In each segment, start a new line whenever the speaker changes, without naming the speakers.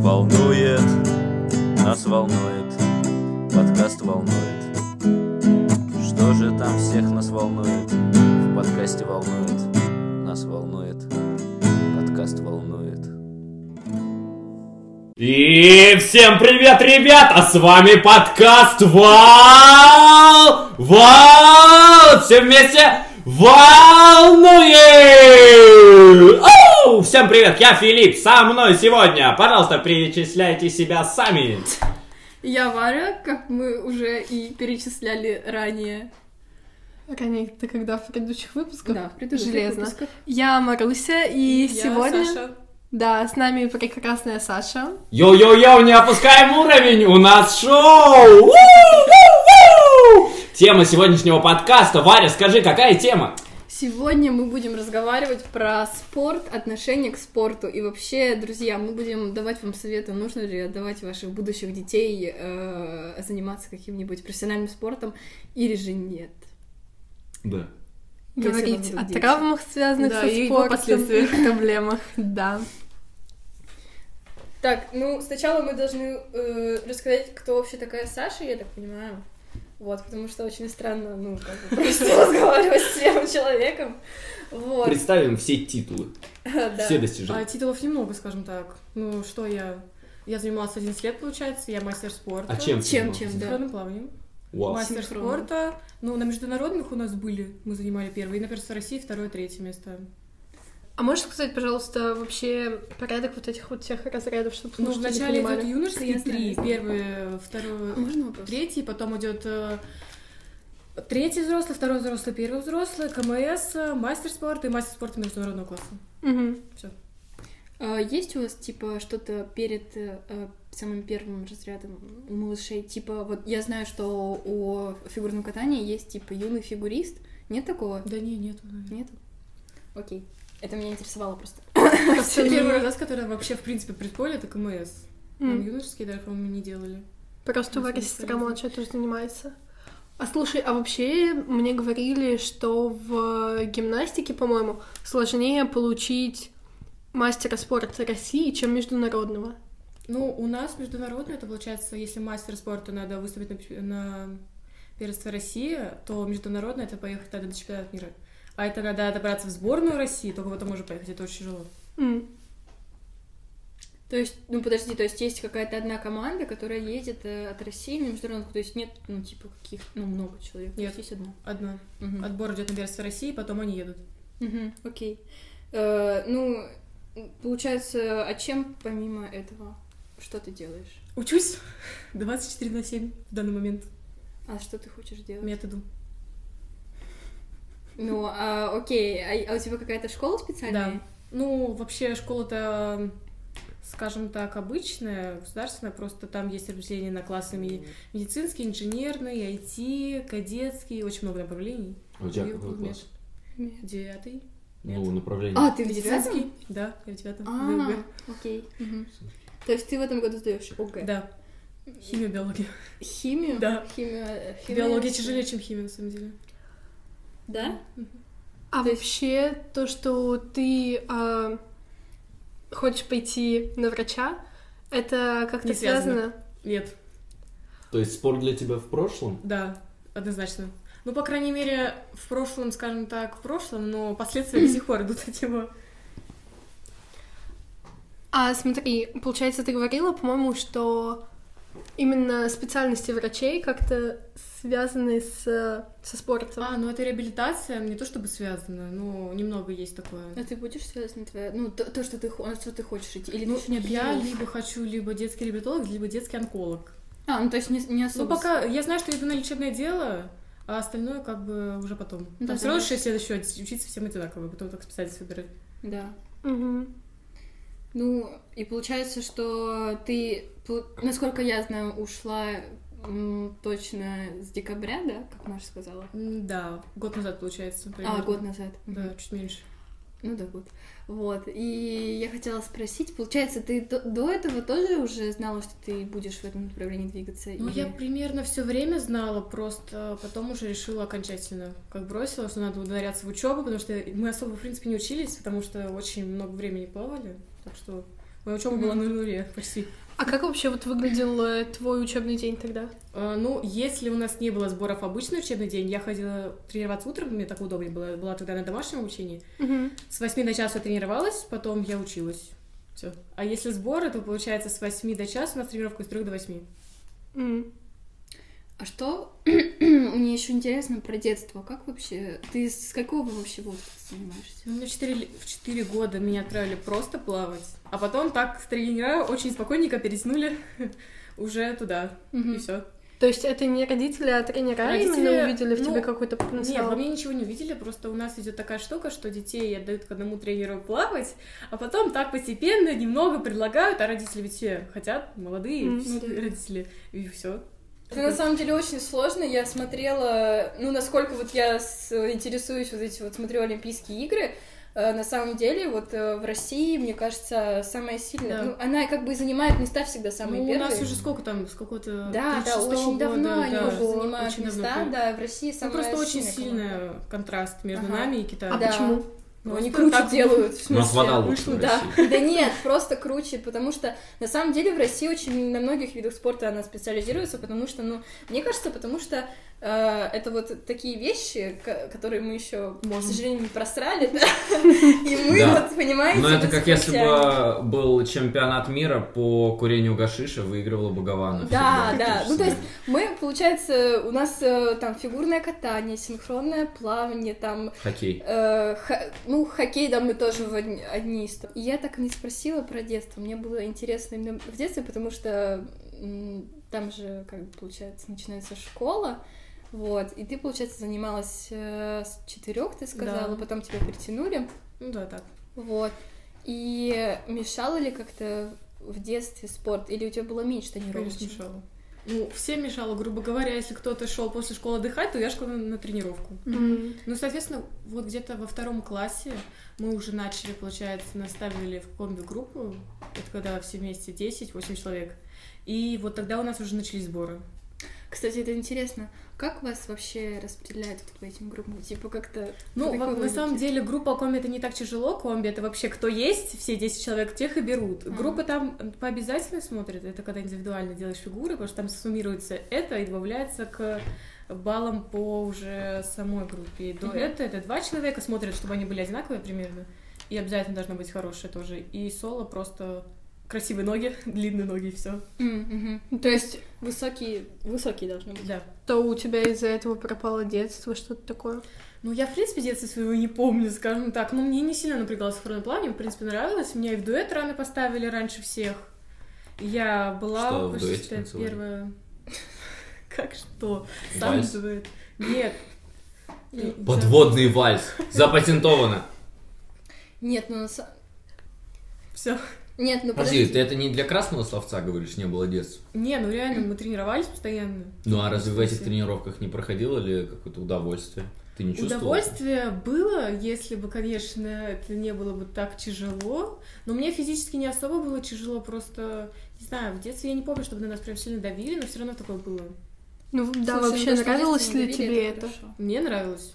волнует, нас волнует, подкаст волнует. Что же там всех нас волнует? В подкасте волнует, нас волнует, подкаст волнует.
И всем привет, ребята! С вами подкаст Вал! Вал! Все вместе волнует! Оу! Всем привет, я Филипп, со мной сегодня. Пожалуйста, перечисляйте себя сами.
Я Варя, как мы уже и перечисляли ранее.
Ранее, это когда в предыдущих выпусках?
Да, в предыдущих
Железно.
выпусках.
Я Маруся, и
Я
сегодня...
Саша.
Да, с нами прекрасная Саша.
Йоу-йоу-йоу, не опускаем уровень, у нас шоу! У-у-у-у! Тема сегодняшнего подкаста. Варя, скажи, какая тема?
Сегодня мы будем разговаривать про спорт, отношение к спорту. И вообще, друзья, мы будем давать вам советы, нужно ли отдавать ваших будущих детей э, заниматься каким-нибудь профессиональным спортом или же нет.
Да.
Если
Говорить
вам
о
будут дети.
травмах, связанных
Да,
со
и его
спортом,
последствиях.
их проблемах. Да.
Так, ну сначала мы должны э, рассказать, кто вообще такая Саша, я так понимаю. Вот, потому что очень странно, ну, как бы просто разговаривать с первым человеком. Вот.
Представим все титулы,
Да.
все достижения.
А, титулов немного, скажем так. Ну, что я... Я занималась 11 лет, получается, я мастер спорта.
А чем? ты
Чем,
занималась?
чем, да.
Синхронным плаванием.
Вау.
Мастер
Синхронно.
спорта. Ну, на международных у нас были, мы занимали первое. И на первенстве России второе, третье место.
А можешь сказать, пожалуйста, вообще порядок вот этих вот всех разрядов, чтобы
Ну, вначале идет юношеские
Я знаю, я
три.
знаю.
Первое, второе,
Можно вопрос?
третий, потом идет э, третий взрослый, второй взрослый, первый взрослый, КМС, э, мастер спорта и мастер спорта международного класса.
Мгм.
А есть у вас, типа, что-то перед э, э, самым первым разрядом у малышей? Типа, вот я знаю, что у фигурном катании есть, типа, юный фигурист. Нет такого?
Да не, нет, наверное.
Нету? Окей. Это меня интересовало просто.
Это
Просто
первый
не-
раз, который вообще, в принципе, предполе, это КМС. Нам
М.
юношеские даже, по-моему, не делали.
Просто
Просто
Варя
не
сестра
полезно.
младшая тоже занимается. А слушай, а вообще мне говорили, что в гимнастике, по-моему, сложнее получить мастера спорта России, чем международного.
Ну, у нас международный, это получается, если мастер спорта надо выступить на, пи- на первенство России, то международное это поехать надо до чемпионата мира. А это надо добраться в сборную России, только потом уже поехать, это очень тяжело.
М.
То есть, ну подожди, то есть есть какая-то одна команда, которая едет э, от России на международку, то есть нет, ну типа каких, ну много человек, то есть
Нет.
есть одна.
Одна.
Мгм.
Отбор идет на первенство России, потом они едут.
Мгм, окей. Э, ну, получается, а чем помимо этого, что ты делаешь?
Учусь 24 на 7 в данный момент
А что ты хочешь делать?
методу.
Ну, а, окей, а, а у тебя какая-то школа специальная?
Да. Ну, вообще школа-то, скажем так, обычная, государственная, просто там есть разделение на классы ми- медицинский, инженерный, IT, кадетский, очень много направлений. а
А у тебя
И
какой
вот
класс?
Нет.
Девятый.
Ну, направление.
А, ты в девятом?
Да, я в девятом.
А,
ВГ.
окей. мгм. То есть ты в этом году сдаешь ОГЭ?
Да. Химия, биология.
Химию?
Да.
Химия, э, химия-
Биология тяжелее, чем химия, на самом деле.
Да?
А
То есть-
вообще то, что ты а, хочешь пойти на врача, это как-то
Не связано.
связано?
Нет,
То есть спорт для тебя в прошлом?
да, однозначно. Ну, по крайней мере, в прошлом, скажем так, в прошлом, но последствия до сих пор идут от него.
А смотри, получается, ты говорила, по-моему, что именно специальности врачей как-то связаны с, со спортом.
А, ну это реабилитация, не то чтобы связано, но немного есть такое.
А ты будешь связана твоя, ну, то, то, что ты, хо- на что ты хочешь идти? Или
Ну,
ты
нет,
ещё
я
думаешь?
либо хочу либо детский реабилитолог, либо детский онколог.
А, ну, то есть не, не особо...
Ну, пока я знаю, что иду на лечебное дело, а остальное как бы уже потом.
Ну, да,
Там все равно
да.
шесть лет еще учиться всем одинаково, а потом только специальность выбирать.
Да.
Мгм.
Ну, и получается, что ты, пл- насколько я знаю, ушла м, точно с декабря, да, как Маша сказала?
М, Да, год назад получается.
А,
примерно.
год назад. Мгм.
Да, чуть меньше.
Ну да, год. Вот. И я хотела спросить, получается, ты до, до этого тоже уже знала, что ты будешь в этом направлении двигаться?
Ну,
или-
я примерно все время знала, просто потом уже решила окончательно, как бросила, что надо ударяться в учебу, потому что мы особо, в принципе, не учились, потому что очень много времени плавали, так что Моя учеба была на нуле почти.
А как вообще вот выглядел э, твой учебный день тогда?
А, Ну, если у нас не было сборов в обычный учебный день, я ходила тренироваться утром, мне так удобнее было. Я Была тогда на домашнем обучении. С 8 до часа я тренировалась, потом я училась. Все. А если сборы, то получается с 8 до часа у нас тренировка с 3 до 8.
М.
А что мне еще интересно про детство? Как вообще? Ты с какого вообще возраста занимаешься?
Ну, мне в 4, в 4 года меня отправили просто плавать. А потом так тренера очень спокойненько перетянули уже туда. И все.
То есть это не родители, а тренера
Родители,
именно увидели в тебе
ну,
какой-то
Нет,
потенциал?
во мне ничего не увидели, просто у нас идет такая штука, что детей отдают к одному тренеру плавать, а потом так постепенно немного предлагают, а родители ведь все хотят, молодые,
Мгм.
все
Да.
родители, и все.
Это на самом деле очень сложно. Я смотрела, ну, насколько вот я с- интересуюсь, вот эти вот смотрю Олимпийские игры, э, на самом деле, вот э, в России, мне кажется, самая сильная.
Да.
Ну, она как бы занимает места всегда самые
Ну, у
первые.
нас уже сколько там, с какого-то
Да, да,
36-го
очень
года,
давно они
да,
уже занимают
очень давно.
места, да, в России
Ну,
самая
просто очень
сильная команда.
сильный контраст между
Ага.
нами и Китаем.
А
да.
почему?
Ну, они
Просто
круче
так
делают, в смысле.
нас вода лучше в
Да.
России.
да нет, просто круче, потому что на самом деле в России очень на многих видах спорта она специализируется, потому что, ну, мне кажется, потому что э, это вот такие вещи, ко- которые мы еще, к
Можем.
сожалению, не просрали, да? и мы
Да.
вот, понимаете,
Ну, это
вот
как если
спустя-
бы был чемпионат мира по курению гашиша, выигрывала бы Гавана.
Да,
всегда,
да.
практически.
Ну, то есть мы, получается, у нас э, там фигурное катание, синхронное плавание, там
Хоккей.
Э, хо- ну, хоккей, да, мы тоже в одни, одни из. И я так и не спросила про детство. Мне было интересно именно в детстве, потому что м, там же, как бы, получается, начинается школа. Вот, и ты, получается, занималась э, с четырех, ты сказала,
Да.
потом тебя перетянули.
Ну да, так.
Вот. И мешало ли как-то в детстве спорт? Или у тебя было меньше тренировок?
Конечно, мешало. Ну, всем мешало, грубо говоря, если кто-то шел после школы отдыхать, то я шла на на тренировку.
М.
Ну, соответственно, вот где-то во втором классе мы уже начали, получается, наставили в комби-группу, это когда все вместе 10-8 человек. И вот тогда у нас уже начались сборы.
Кстати, это интересно. Как вас вообще распределяют вот по этим группам? Типа как-то...
Ну,
по
во-
такой
на самом
логике?
деле, группа комби это не так тяжело. Комби это вообще кто есть, все 10 человек, тех и берут.
Мгм.
Группы там по обязательно смотрят, это когда индивидуально делаешь фигуры, потому что там суммируется это и добавляется к баллам по уже самой группе. И До
Мгм.
это это два человека смотрят, чтобы они были одинаковые примерно. И обязательно должно быть хорошее тоже. И соло просто красивые ноги, длинные ноги и все.
М, мгм. То есть высокие, высокие должны быть.
Да.
То у тебя из-за этого пропало детство, что-то такое?
Ну, я, в принципе, детства своего не помню, скажем так. Но мне не сильно напрягалось синхронное плавание. В принципе, нравилось. Меня и в дуэт рано поставили раньше всех. Я была
Что в
почти
дуэте
считай,
танцевали?
первая... Как что? Сам
Вальс?
дуэт. Нет. Я-
Подводный вальс. Запатентовано.
Ну, Нет, ну на са-
Все.
Нет, ну
Подожди,
подожди.
ты это не для красного словца говоришь, не было детства?
Не, ну реально, мы тренировались постоянно.
Ну а разве в этих
Спасибо.
тренировках не проходило ли какое-то удовольствие? Ты не чувствовал?
Удовольствие было, если бы, конечно, это не было бы так тяжело. Но мне физически не особо было тяжело, просто, не знаю, в детстве я не помню, чтобы на нас прям сильно давили, но все равно такое было.
Ну да,
Слушай, ну
вообще
то, что
нравилось
детство не
ли
довели,
тебе это?
хорошо.
Мне нравилось.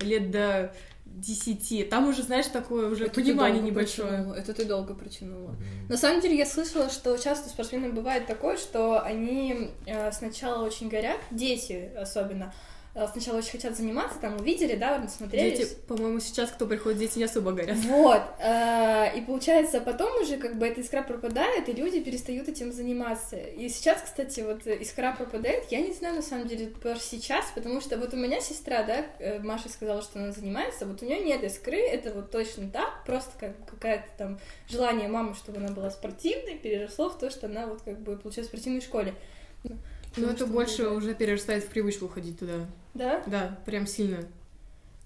Лет до 10. Там уже, знаешь, такое уже
Это ты
понимание
долго
небольшое.
протянула, Это ты долго протянула. На самом деле я слышала, что часто у спортсменов бывает такое, что они э, сначала очень горят, дети особенно, э, сначала очень хотят заниматься, там увидели, да, насмотрелись.
Дети, по-моему, сейчас, кто приходит, дети не особо горят.
Вот. э, И получается, потом уже как бы эта искра пропадает, и люди перестают этим заниматься. И сейчас, кстати, вот э, искра пропадает, я не знаю на самом деле про сейчас, потому что вот у меня сестра, да, э, Маша сказала, что она занимается, вот у нее нет искры, это вот точно так, просто как бы какая-то там желание мамы, чтобы она была спортивной, переросло в то, что она вот как бы получилась в спортивной школе.
Но
Потому
Ну, это
что
больше
мы-
уже перерастает в привычку ходить туда.
Да?
Да, прям сильно.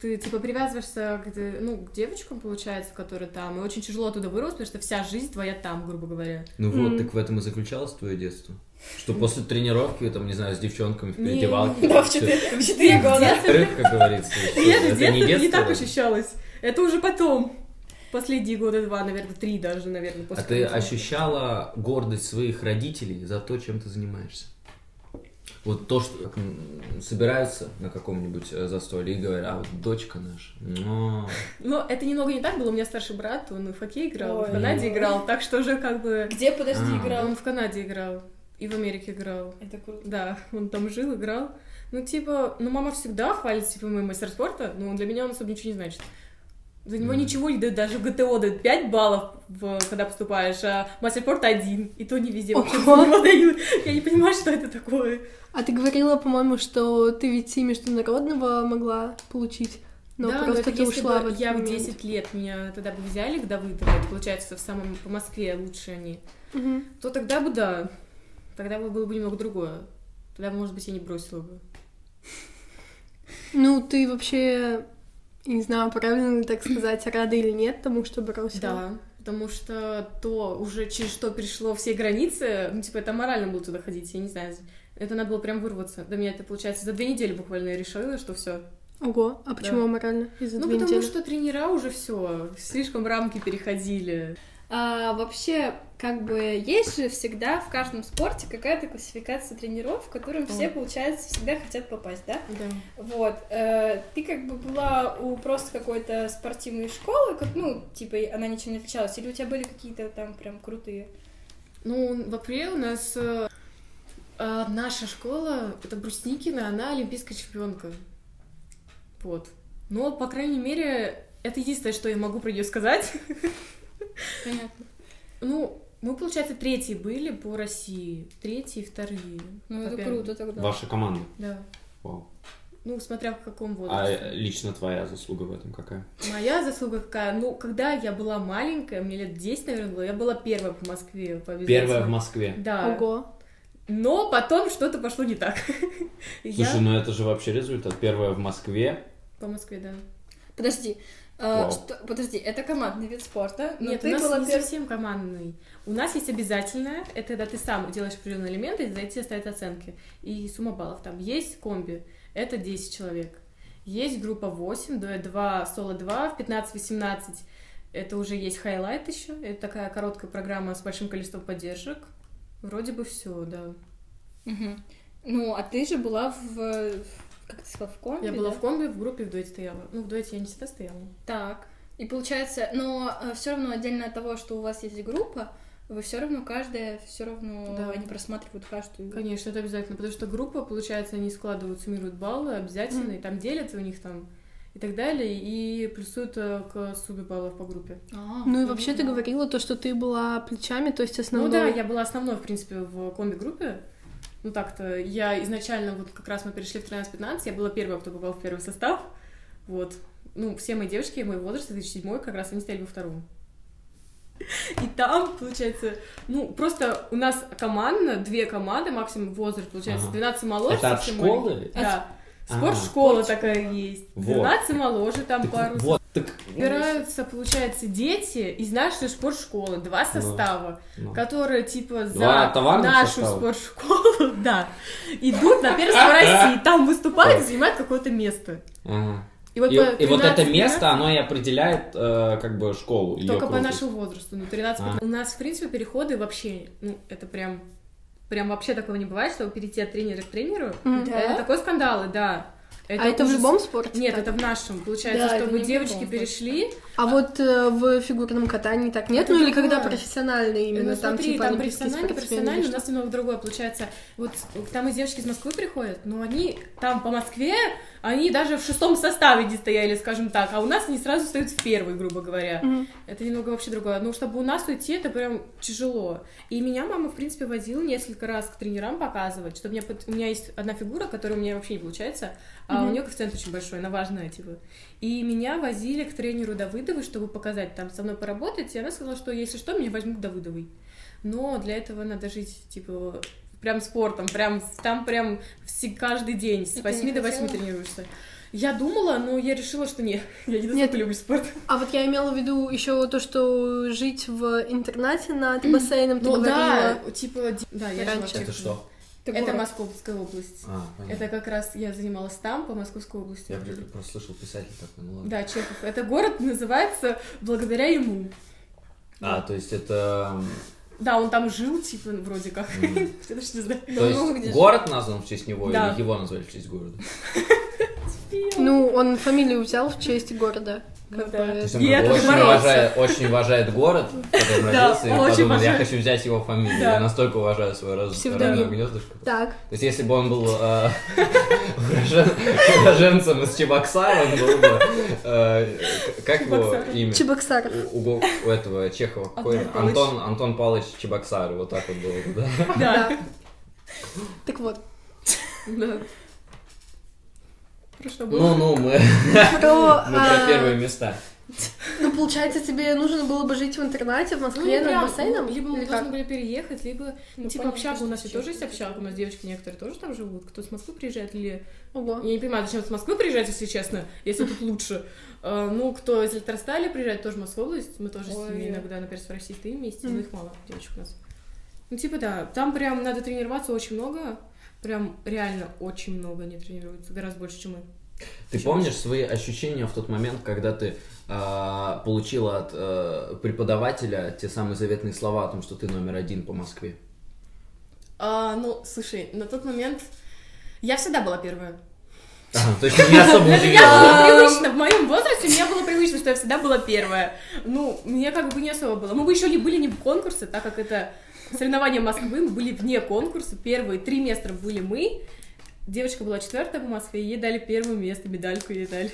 Ты типа привязываешься к, д- ну, к девочкам, получается, которые там. И очень тяжело оттуда вырос, потому что вся жизнь твоя там, грубо говоря.
Ну
М.
вот, так в этом и заключалось твое детство. Что после тренировки, там, не знаю, с девчонками в
Не,
переодевалке.
Да, в
всё,
четыре в четыре года.
Отрыв, как говорится. Что,
Нет, это
Это не
детство не
детство.
так
было?
ощущалось. Это уже потом. Последние года два, наверное, три даже, наверное, после
А ты
этого.
ощущала гордость своих родителей за то, чем ты занимаешься?
Вот то, что как, м, собираются на каком-нибудь э, застолье и говорят, а вот дочка наша, ну,
Но это немного не так было. У меня старший брат, он и в хоккей играл, и
Ой.
в Канаде играл. Так что уже как бы...
Где, подожди,
А.
играл?
Он в Канаде играл. И в Америке играл.
Это круто.
Да, он там жил, играл. Ну, типа, ну, мама всегда хвалит, типа, мой мастер спорта, но для меня он особо ничего не значит. За него
Мгм.
ничего не дают, даже в ГТО дают 5 баллов, в- когда поступаешь, а мастер спорта один, и то не везде вообще
Ого.
его дают. Я не понимаю, что это такое.
А ты говорила, по-моему, что ты ведь и международного могла получить, но
да,
Ну, просто
это
ты
если
ушла
бы
в этот
я в
момент.
10 лет, меня тогда бы взяли к Давыдову, это получается, в самом, по Москве лучше они,
Мгм.
то тогда бы, да, тогда бы было бы немного другое. Тогда, может быть, я не бросила бы.
Ну, ты вообще, я не знаю, правильно ли так сказать, рада или нет тому, что бросила.
Да, потому что то уже через что перешло все границы, ну, типа, это морально было туда ходить, я не знаю. Это надо было прям вырваться. До меня это, получается, за две недели буквально я решила, что все.
Ого, а почему аморально? Из-за
Ну,
две
потому
недели?
что тренера уже все, слишком рамки переходили.
А, вообще, как бы, есть же всегда в каждом спорте какая-то классификация тренеров, в которую все, получается, всегда хотят попасть, да?
Да.
Вот. э, Ты как бы была у просто какой-то спортивной школы, как, ну, типа, и она ничем не отличалась, или у тебя были какие-то там прям крутые?
Ну, в апреле у нас э, э, наша школа, это Брусникина, она олимпийская чемпионка. Вот. Но, по крайней мере, это единственное, что я могу про нее сказать.
Понятно.
Ну, мы, получается, третьи были по России. Третьи и вторые.
Ну,
По
это
пятому.
круто тогда.
Ваша команда.
Да.
Вау.
Ну, смотря в каком
А
возрасте.
э, лично твоя заслуга в этом какая?
Моя заслуга какая? Ну, когда я была маленькая, мне лет 10, наверное, было, я была первая по Москве по бизнесу.
Первая в Москве.
Да.
Ого.
Но потом что-то пошло не так. Я
Слушай, ну это же вообще результат. Первая в Москве.
по Москве, да.
Подожди. э,
Вау.
что- подожди, это командный вид спорта, но
Нет,
Ну, ты
у нас
была
не
пер-
совсем командный. У нас есть обязательное, это когда ты сам делаешь определенные элементы, и за эти ставят оценки. И сумма баллов там. Есть комби, это 10 человек. Есть группа 8, дуэт 2, соло 2, в 15-18 это уже есть хайлайт еще. Это такая короткая программа с большим количеством поддержек. Вроде бы все, да.
Мгм. Ну, а ты же была в... в- Как ты сказала, в комби,
Я была
да?
в комби, в группе в дуэте стояла. Ну, в дуэте я не всегда стояла.
Так. И получается, но все равно отдельно от того, что у вас есть группа, вы все равно каждая, все равно
Да.
они просматривают каждую.
Конечно, это обязательно, потому что группа, получается, они складывают, суммируют баллы обязательно, и там делятся у них там и так далее, и плюсуют э, к сумме баллов по группе.
А,
Ну и
понятно.
вообще ты говорила то, что ты была плечами, то есть
Ну,
основной.
да, я была основной, в принципе, в комби-группе. Ну так-то, я изначально, вот как раз мы перешли в 13-15, я была первая, кто попал в первый состав. Вот. Ну, все мои девочки моего возраста, 2007 как раз они стояли во втором. И там, получается, ну, просто у нас командно, две команды, максимум возраст, получается,
Ага.
12 моложе.
Это от
совсем
школы?
Да.
А.
Спортшкола такая есть.
Вот.
12 моложе, там
Так
пару.
Вот, так...
Собираются, получается, дети из нашей спортшколы. Два состава,
ну.
которые типа за
Два товарных
нашу
состава?
спортшколу, да, идут на первенство России. Там выступают и занимают какое-то место.
Ага.
И вот,
И,
по
и вот это
13-15
место, оно и определяет э, как бы школу. её
Только по
крутость.
нашему возрасту, ну, 13
А.
У нас, в принципе, переходы вообще, ну, это прям, прям вообще такого не бывает, чтобы перейти от тренера к тренеру.
Мгм.
Да.
Это такой скандал, да.
а это в
ужас.
любом спорте?
Нет,
так?
это в нашем. Получается,
Да, это
чтобы
не в
девочки
любом
перешли.
А вот э, в фигурном катании так нет?
Это
Ну или
другое.
когда профессиональные именно,
Ну,
там
смотри,
типа
там
олимпийские спортсмены
профессионально,
или
профессионально у
что?
нас немного другое получается. Вот там и девочки из Москвы приходят, но они там по Москве, они даже в шестом составе не стояли, скажем так, а у нас они сразу стоят в первый, грубо говоря.
Мгм.
Это немного вообще другое. Но чтобы у нас уйти, это прям тяжело. И меня мама, в принципе, водила несколько раз к тренерам показывать, что у меня, под- у меня есть одна фигура, которая у меня вообще не получается, а у
Мгм.
нее коэффициент очень большой, она важная, типа. И меня возили к тренеру Давыдовой, чтобы показать, там, со мной поработать, и она сказала, что если что, меня возьмут к Давыдовой. Но для этого надо жить, типа, прям спортом, прям, там прям все, каждый день с
ты
8
не
до 8
хотела?
тренируешься. Я думала, но я решила, что нет, я не
Нет.
настолько люблю спорт.
А вот я имела в виду еще то, что жить в интернате над бассейном, ты
Ну да,
говорила.
типа, ди- да, я жила в
Раньше.
Чехии.
Это что?
Ты
Это
была-
Московская область.
А, понятно.
Это как раз я занималась там, по Московской области.
я при- просто слышал писатель такой, ну ладно.
Да, Чехов. Это город называется благодаря ему.
А, то есть это м,
Да, он там жил, типа, вроде как.
Мгм.
Я даже не знаю.
То
ну,
есть
где же?
город назван в честь него
Да.
или его назвали в честь города?
Ну, он фамилию взял в честь города. как
Ну Да.
бы.
То есть он
И это
очень
Мороз.
уважает, очень уважает город, в котором
Да,
родился, и
очень
подумал, я
уважает.
хочу взять его фамилию.
Да.
Я настолько уважаю свое раз-
Псевдоним.
родное гнездышко.
Так,
То есть, если бы он был э, урожен- уроженцем из Чебоксара, он был бы... э, Как его
Чебоксар.
имя?
Чебоксаров.
У, у го- у этого Чехова какой?
Антон Палыч.
Антон, Антон Палыч Чебоксар, вот так вот было бы, да?
Да.
Так вот,
Да. Про
Ну,
что было?
Ну-ну, Ну, мы,
про...
мы про
а,
первые Ну, места.
Ну, получается, тебе нужно было бы жить в интернате в Москве над
прям,
бассейном?
ну, Либо мы
Или
должны
как?
были переехать, либо...
Ну,
типа
понятно,
общага у нас
что
ведь тоже есть
общага.
общага, у нас девочки некоторые тоже там живут, кто с Москвы приезжает или...
Ого.
Я не понимаю, зачем с Москвы приезжать, если честно, если тут лучше. А, Ну, кто из Электростали приезжает, тоже в Москву область, мы тоже с
Ой.
ними иногда, например, с России стоим вместе, но
Мгм.
их мало, девочек у нас. Ну, типа, да, там прям надо тренироваться очень много, прям реально очень много они тренируются, гораздо больше, чем мы.
Ты помнишь свои ощущения в тот момент, когда ты а, получила от э, преподавателя те самые заветные слова о том, что ты номер один по Москве?
А, ну, слушай, на тот момент я всегда была первая.
Ага, то есть не особо
Это
удивило,
я
да?
была привычно. В моем возрасте у меня было привычно, что я всегда была первая. Ну, мне как бы не особо было. Мы бы еще не были не в конкурсе, так как это соревнования Москвы, мы были вне конкурса. Первые три места были мы. Девочка была четвертая по Москве, ей дали первое место, медальку ей дали.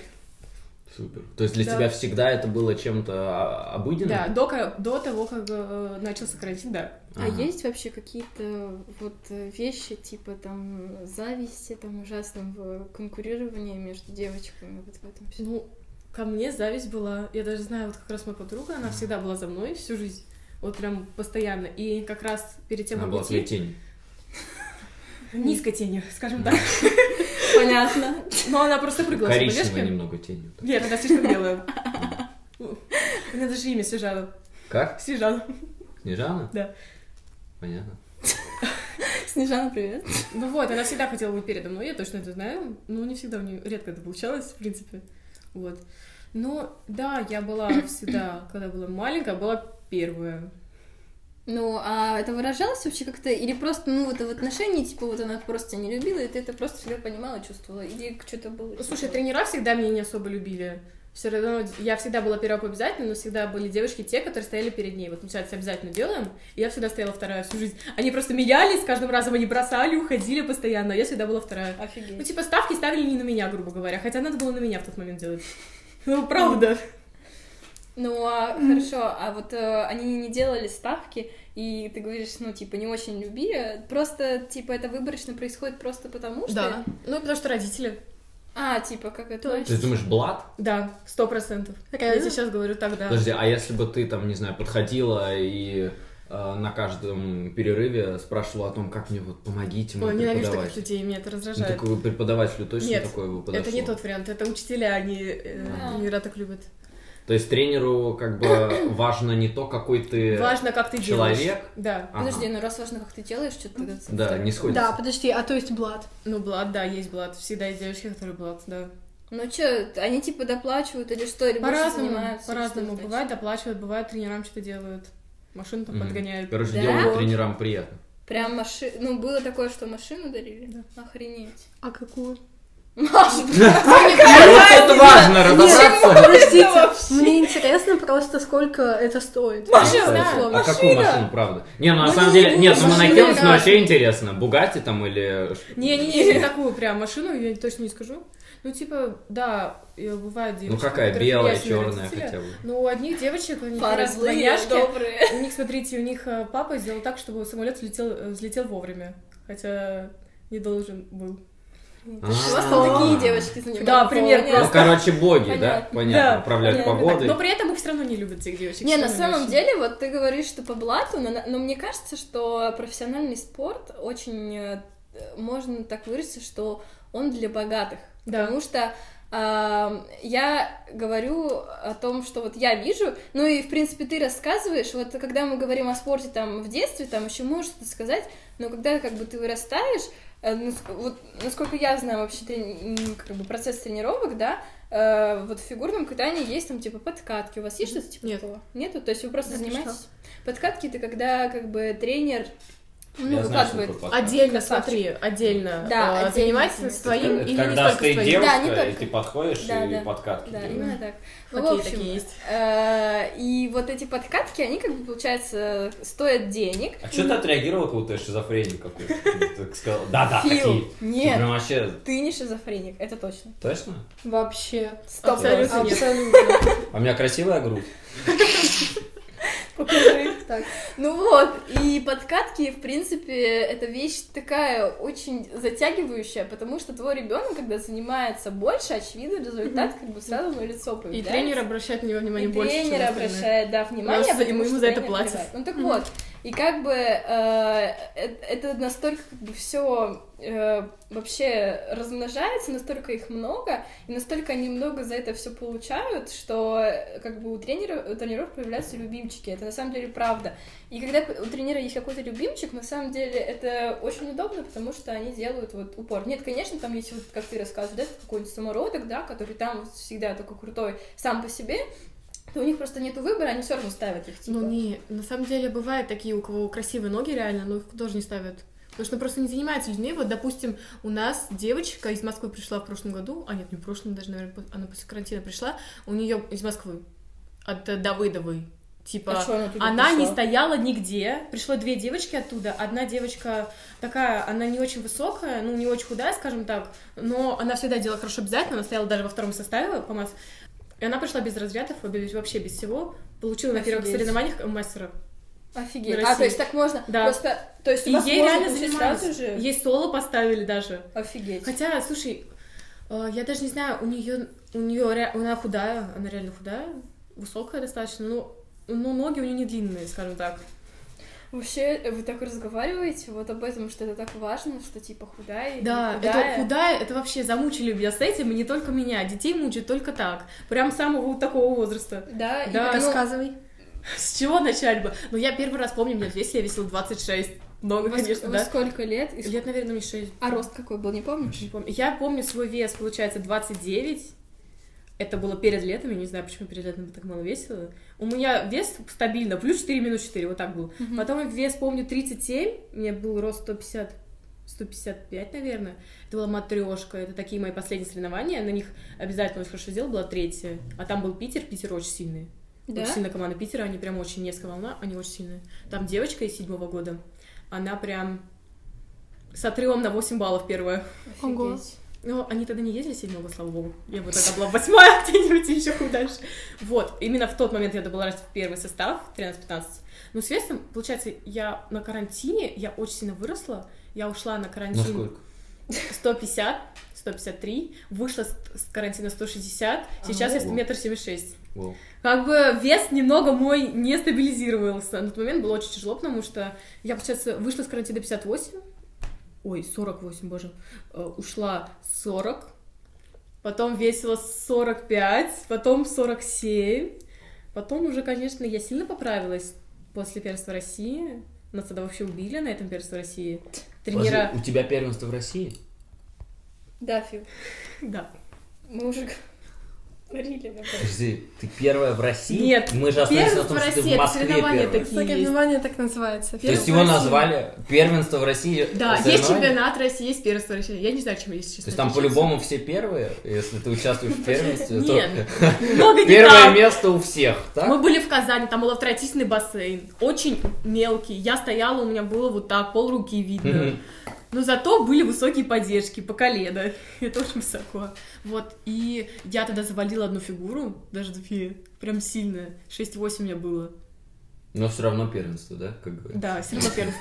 Супер. То есть для
Да.
тебя всегда это было чем-то а, обыденным?
Да, до, ка- до того, как э, начался карантин, да.
А
Ага.
есть вообще какие-то вот э, вещи, типа там зависти, там ужасного конкурирования между девочками вот в этом всем?
Ну, ко мне зависть была. Я даже знаю, вот как раз моя подруга, она всегда была за мной всю жизнь. Вот прям постоянно. И как раз перед тем,
Она
как
была твоей
уйти...
тень.
Низкой тенью, скажем так.
Понятно.
Но Ну, она просто прыгала с
Коричневая
поддержки.
немного тень.
Нет, она слишком белая. У меня даже имя Сижана.
Как?
Сижана.
Снежана?
Да.
Понятно.
Снежана, привет.
Ну вот, она всегда хотела быть передо мной, я точно это знаю. Но не всегда у нее редко это получалось, в принципе. Вот. Но да, я была всегда, когда была маленькая, была первая.
Ну, а это выражалось вообще как-то? Или просто, ну, вот в отношении, типа, вот она просто не любила, и ты это просто всегда понимала, чувствовала? Или что-то было? типа,
Слушай, тренера всегда меня не особо любили. Все равно я всегда была первая по обязательно, но всегда были девочки те, которые стояли перед ней. Вот мы сейчас обязательно делаем, и я всегда стояла вторая всю жизнь. Они просто менялись, каждым разом они бросали, уходили постоянно, а я всегда была вторая. Ну,
Офигеть.
типа, ставки ставили не на меня, грубо говоря, хотя надо было на меня в тот момент делать. Ну, правда.
Ну, а хорошо, а вот э, они не делали ставки, и ты говоришь, ну, типа, не очень любили, просто, типа, это выборочно происходит просто потому, что...
Ну, потому что родители.
А, типа, как это...
То
Ты думаешь, Блад?
Да, сто процентов. а Ну. Я
Реально?
тебе сейчас говорю тогда.
Подожди, а если бы ты там, не знаю, подходила и э, на каждом перерыве спрашивала о том, как мне вот помогите, мой
Ой,
ну,
ненавижу таких
преподаватель.
людей, меня это
Ну,
раздражает.
такой преподавателю точно
Нет,
такой бы подошел.
Это не тот вариант, это учителя, они э,
Да.
тренера так любят.
То есть тренеру как бы важно не то, какой ты...
Важно, как ты
Э, человек?
делаешь. Да.
Ага.
Подожди, ну раз важно, как ты делаешь, что-то тогда...
Да, не сходится.
Да, подожди, а то есть Блад.
Ну, блат, да, есть блат. Всегда есть девочки, которые блат, да.
Ну что, они типа доплачивают или что, или больше
По-разному,
занимаются?
по-разному.
Что-то
Бывает доплачивают, бывает тренерам что-то делают. Машину там
Мгм.
подгоняют.
Короче,
Да?
делаю тренерам приятно.
значит. Прям машину... Ну, было такое, что машину дарили? Охренеть.
А какую?
Маша,
Вот это важно разобраться.
Подождите, мне интересно просто, сколько это стоит.
Машина!
Условно.
А какую машину, правда? Не, ну на
Ну,
самом
не,
деле,
ну,
нет, ну мы
машина,
накинулись, но
да.
вообще интересно, Бугати там или...
Не-не-не, не такую прям машину, я точно не скажу. Ну, типа, да, э, бывают
Ну
девочки.
какая,
которые
белая,
приятные
черная
родители.
хотя бы.
Ну, у одних девочек, у них
пара
раз
злые,
двойняшки.
добрые.
У них, смотрите, у них э, папа сделал так, чтобы самолет взлетел, э, взлетел вовремя. Хотя не должен был.
Просто
А.
такие девочки занимаются.
Да, пример
Ну,
просто.
короче, боги, да?
Понятно.
Понятно,
Да, Ну,
управляют
понятно.
погодой.
Но при этом их все равно не любят этих девочек.
Не,
всё
на
равно
самом
очень.
деле, вот ты говоришь, что по блату, но, на- но мне кажется, что профессиональный спорт очень, э, можно так выразиться, что он для богатых.
Да.
Потому что а, я говорю о том, что вот я вижу, ну и в принципе ты рассказываешь, вот когда мы говорим о спорте там в детстве, там еще можешь что-то сказать, но когда как бы ты вырастаешь, э, наск- вот насколько я знаю вообще трени- м, как бы процесс тренировок, да, а, э, вот в фигурном катании есть там типа подкатки. У вас есть что-то типа
Нет.
такого? Нету? То есть вы просто
Я не
занимаетесь? Подкатки это когда как бы тренер ну,
Я знаю, что
выкладывает.
такое подкаст.
Отдельно
Красавчик.
смотри, отдельно.
Да,
А,
отдельно.
Занимайся
Это
своим
Это
или не
когда
только
ты
своим.
девушка,
Да, не
и
только.
ты подходишь
Да,
и
да.
подкатки
Да,
делаешь.
именно так. Ну, в
Хоккей
общем,
такие есть.
э, и вот эти подкатки, они как бы, получается, стоят денег.
А что ты отреагировал, как будто шизофреник какой-то? Ты так сказал, да-да,
А,
Фил,
такие. Ты
нет,
Прям вообще,
ты не шизофреник, это точно.
точно?
Вообще. Стоп.
Абсолютно нет.
А у меня красивая грудь.
Покажи. Ну вот, и подкатки, в принципе, это вещь такая очень затягивающая, потому что твой ребенок, когда занимается больше, очевидно, результат как бы сразу на лицо
И
появляется.
тренер обращает на него внимание
И
больше, чем
тренер
на остальных.
обращает, да,
Нас-
внимание, потому
ему-
что
ему за это
тренер
платят.
понимает. Ну так вот, и как бы э, э, это настолько как бы все вообще размножается, настолько их много, и настолько они много за это все получают, что э, как бы у тренера, у тренеров появляются любимчики, это на самом деле правда. И когда у тренера есть какой-то любимчик, на самом деле это очень удобно, потому что они делают вот упор. Нет, конечно, там есть вот, как ты рассказываешь, да, какой-нибудь самородок, да, который там всегда такой крутой сам по себе, то у них просто нет выбора, они все равно ставят их, типа.
Ну не, на самом деле бывают такие, у кого красивые ноги реально, но их тоже не ставят. Потому что просто не занимаются людьми. Вот, допустим, у нас девочка из Москвы пришла в прошлом году, а нет, не в прошлом, даже, наверное, по- она после карантина пришла, у нее из Москвы, от э, Давыдовой. Типа,
А чё она туда
она не
пришла?
стояла нигде. Пришло две девочки оттуда. Одна девочка такая, она не очень высокая, ну, не очень худая, скажем так, но она всегда делала хорошо обязательно. Она стояла даже во втором составе по масс- И она пришла без разрядов, без- вообще без всего. Получила на первых
Офигеть.
соревнованиях мастера.
Офигеть.
в
А, то
России.
есть так можно?
Да.
Просто, то есть у
И
вас
ей
можно
реально
получить
занимались.
сразу же?
Ей соло поставили даже.
Офигеть.
Хотя, слушай, э, я даже не знаю, у нее, у нее, она худая, она реально худая, высокая достаточно, но, но ноги у нее не длинные, скажем так.
Вообще, э, вы так разговариваете вот об этом, что это так важно, что типа худая или
Да,
не
это
худая.
худая, это вообще замучили меня с этим, и не только меня, детей мучают только так, прям с самого вот такого возраста.
Да, и
Да.
потом-
Рассказывай.
С чего начать бы? Ну, я первый раз помню, мне здесь я весила 26, много,
Во ск-
Ну, конечно,
во
да.
сколько лет? И ск-
Лет, наверное, мне 6,
А рост какой был, не помнишь?
Не помню. Я помню свой вес, получается, 29. Это было перед летом, я не знаю, почему перед летом я так мало весила. У меня вес стабильно, плюс 4, минус 4, вот так был.
Мгм.
Потом вес, помню, 37, у меня был рост 150, 155, наверное. Это была матрешка, это такие мои последние соревнования, на них обязательно очень хорошо сделала, была третья. А там был Питер, Питер очень сильный.
Да?
Очень сильная команда Питера, они прям очень Невская волна, они очень сильные. Там девочка из седьмого года, она прям с отрывом на 8 баллов первая.
Ого.
Офигеть.
Ну, они тогда не ездили седьмого, слава богу. Я бы тогда была восьмая где-нибудь и еще дальше. Вот, именно в тот момент я добралась в первый состав, 13-15. Но с весом, получается, я на карантине, я очень сильно выросла. Я ушла на карантин
Насколько?
150, 153, вышла с, с карантина 160, сейчас я
Ого.
метр семьдесят шесть.
Вау.
Как бы вес немного мой не стабилизировался. На тот момент было очень тяжело, потому что я, получается, вышла с карантина 58. Ой, 48, боже. Э, Ушла 40. Потом весила 45, потом 47. Потом уже, конечно, я сильно поправилась после первенства России. Нас тогда вообще убили на этом первенстве России. Тренера...
Подожди, У тебя первенство в России?
Да, Фил,
Да.
мы уже говорили об этом.
Подожди, ты первая в России?
Нет,
мы же остановились на
Первенство
том, что ты
России,
в
это
Москве
соревнования
первая.
такие есть.
Соревнование так называется.
То есть
Первенство
его
России.
назвали первенство в России?
Да, есть
соревнования?
чемпионат России, есть первенство России. Я не знаю, чем есть, честно.
То есть там
отличается.
по-любому все первые, если ты участвуешь в первенстве, то
Нет, много не
первое
так.
место у всех, так?
Мы были в Казани, там был авторотисный бассейн, очень мелкий. Я стояла, у меня было вот так, пол руки видно.
Мгм.
Но зато были высокие поддержки по колено. Это очень высоко. Вот, и я тогда завалила одну фигуру, даже две, прям сильно. 6-8 у меня было.
Но все равно первенство, да, как говорят?
Да, все равно первый.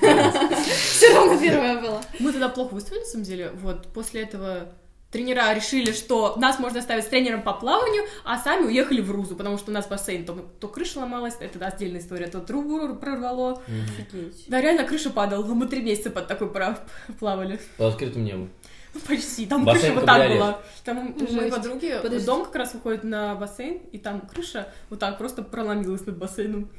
Все равно первая была.
Мы тогда плохо выступили, на самом деле. Вот, после этого тренера решили, что нас можно оставить с тренером по плаванию, а сами уехали в Рузу, потому что у нас бассейн, то, то крыша ломалась, это отдельная история, то трубу прорвало.
Офигеть.
Да, реально крыша падала, мы три месяца под такой прав плавали.
По открытому небу.
Ну, почти, там
Бассейн
крыша вот так
кабриолет.
была. Там у моей
Жесть.
подруги
Подожди.
дом как раз выходит на бассейн, и там крыша вот так просто проломилась над бассейном.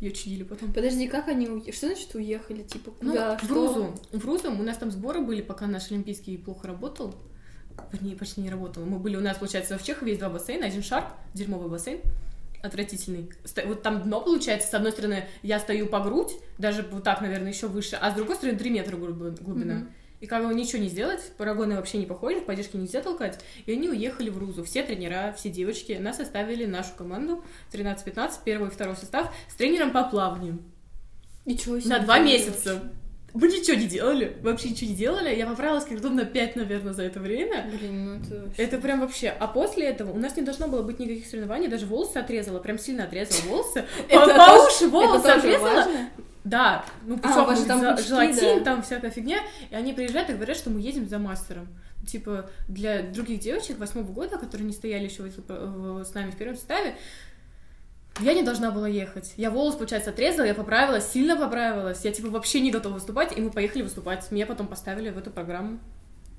Ее чинили потом.
Подожди, как они уехали? Что значит уехали? Типа,
Ну,
куда?
в
Что?
Рузу. В Рузу у нас там сборы были, пока наш Олимпийский плохо работал. Вернее, почти не работала. Мы были у нас, получается, в Чехове есть два бассейна. Один шарп, дерьмовый бассейн, отвратительный. Сто- Вот там дно получается, с одной стороны, я стою по грудь, даже вот так, наверное, еще выше, а с другой стороны, 3 метра глубы- глубина.
Мгм.
И как бы ничего не сделать, парагоны вообще не походят, поддержки нельзя толкать. И они уехали в Рузу. Все тренера, все девочки нас составили нашу команду 13-15, первый и второй состав, с тренером по плаванию.
Ничего
На два месяца. Мы ничего не делали, вообще ничего не делали. Я поправилась как дом на 5, наверное, за это время.
Блин, ну это... вообще-
Это прям вообще. А после этого у нас не должно было быть никаких соревнований, даже волосы отрезала, прям сильно отрезала волосы. По
Это
по
тоже-
уши волосы
это тоже
отрезала.
важно?
Да, ну
А, у вас же
пучок
там
там
пучки,
желатин,
да.
там всякая фигня. И они приезжают и говорят, что мы едем за мастером. Типа для других девочек восьмого года, которые не стояли еще в- э, в- с нами в первом составе, я не должна была ехать. Я волос, получается, отрезала, я поправилась, сильно поправилась. Я, типа, вообще не готова выступать, и мы поехали выступать. Меня потом поставили в эту программу.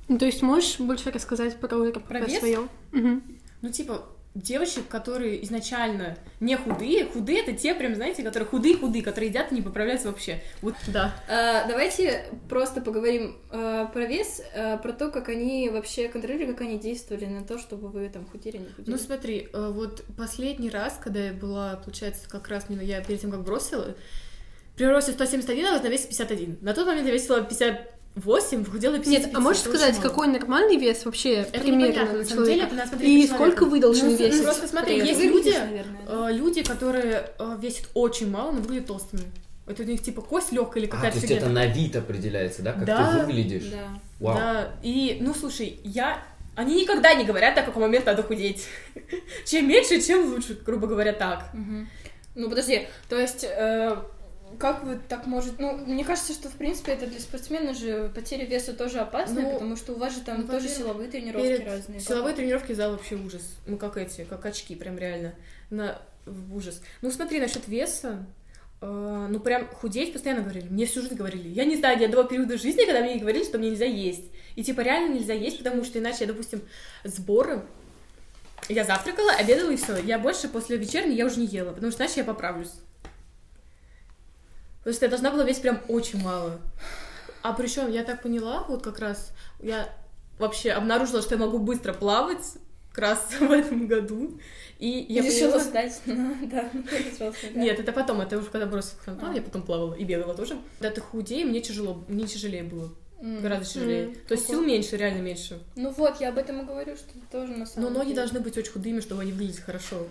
Ну, то есть можешь больше рассказать про рэп,
Про
про
вес?
свое?
Ну, типа, девочек, которые изначально не худые, худые это те, прям, знаете, которые худые-худые, которые едят и не поправляются вообще. Вот, да.
А, Давайте просто поговорим а, про вес, а, про то, как они вообще контролировали, как они действовали на то, чтобы вы там худели, не худели.
Ну смотри, э, вот последний раз, когда я была, получается, как раз не- я перед тем, как бросила, при росте 171 я на весе 51. На тот момент я весила 58, похудела на 55.
Нет, а можешь
это очень
сказать,
мало.
какой нормальный вес вообще
Это
примерно
непонятно,
на
на самом деле,
человека?
это надо смотреть
И
по
сколько
человеку.
вы должны весить?
Просто смотри,
Привет.
есть
Выглядишь,
люди,
наверное, да?
э, люди, которые э, весят очень мало, но выглядят толстыми. Это у них типа кость легкая или
А,
какая-то
то есть
фигня.
это на вид определяется, да? Как
Да.
ты выглядишь?
Да.
Вау.
Да, и, ну, слушай, я... Они никогда не говорят, до какого момента надо худеть. чем меньше, чем лучше, грубо говоря, так.
Мгм. Ну подожди, то есть э, как вы так можете? Ну, мне кажется, что в принципе это для спортсмена же потеря веса тоже опасная,
Ну,
потому что у вас же там
ну,
тоже
во-первых,
силовые тренировки
Перед
разные.
силовой тренировки зал вообще ужас. Ну, как эти, как очки, прям реально. На... в Ужас. Ну, смотри, насчет веса. э, ну, прям худеть постоянно говорили. Мне всю жизнь говорили. Я не знаю, ни одного периода жизни, когда мне не говорили, что мне нельзя есть. И, типа, реально нельзя есть, потому что иначе я, допустим, сборы... Я завтракала, обедала и все. Я больше после вечерней я уже не ела, потому что иначе я поправлюсь. Потому что я должна была весить прям очень мало. А причем я так поняла, вот как раз я вообще обнаружила, что я могу быстро плавать, как раз в этом году. И я
Я решила
поняла-
сдать. Ну, Да, ну, я решила сдать.
Нет, это потом, это уже когда бросила в плавание,
А.
я потом плавала и бегала тоже. Да ты худее, мне тяжело, мне тяжелее было,
М.
гораздо тяжелее.
М.
То есть сил меньше, реально меньше.
Ну вот, я об этом и говорю, что это тоже на самом
Но ноги
деле.
должны быть очень худыми, чтобы они выглядели хорошо.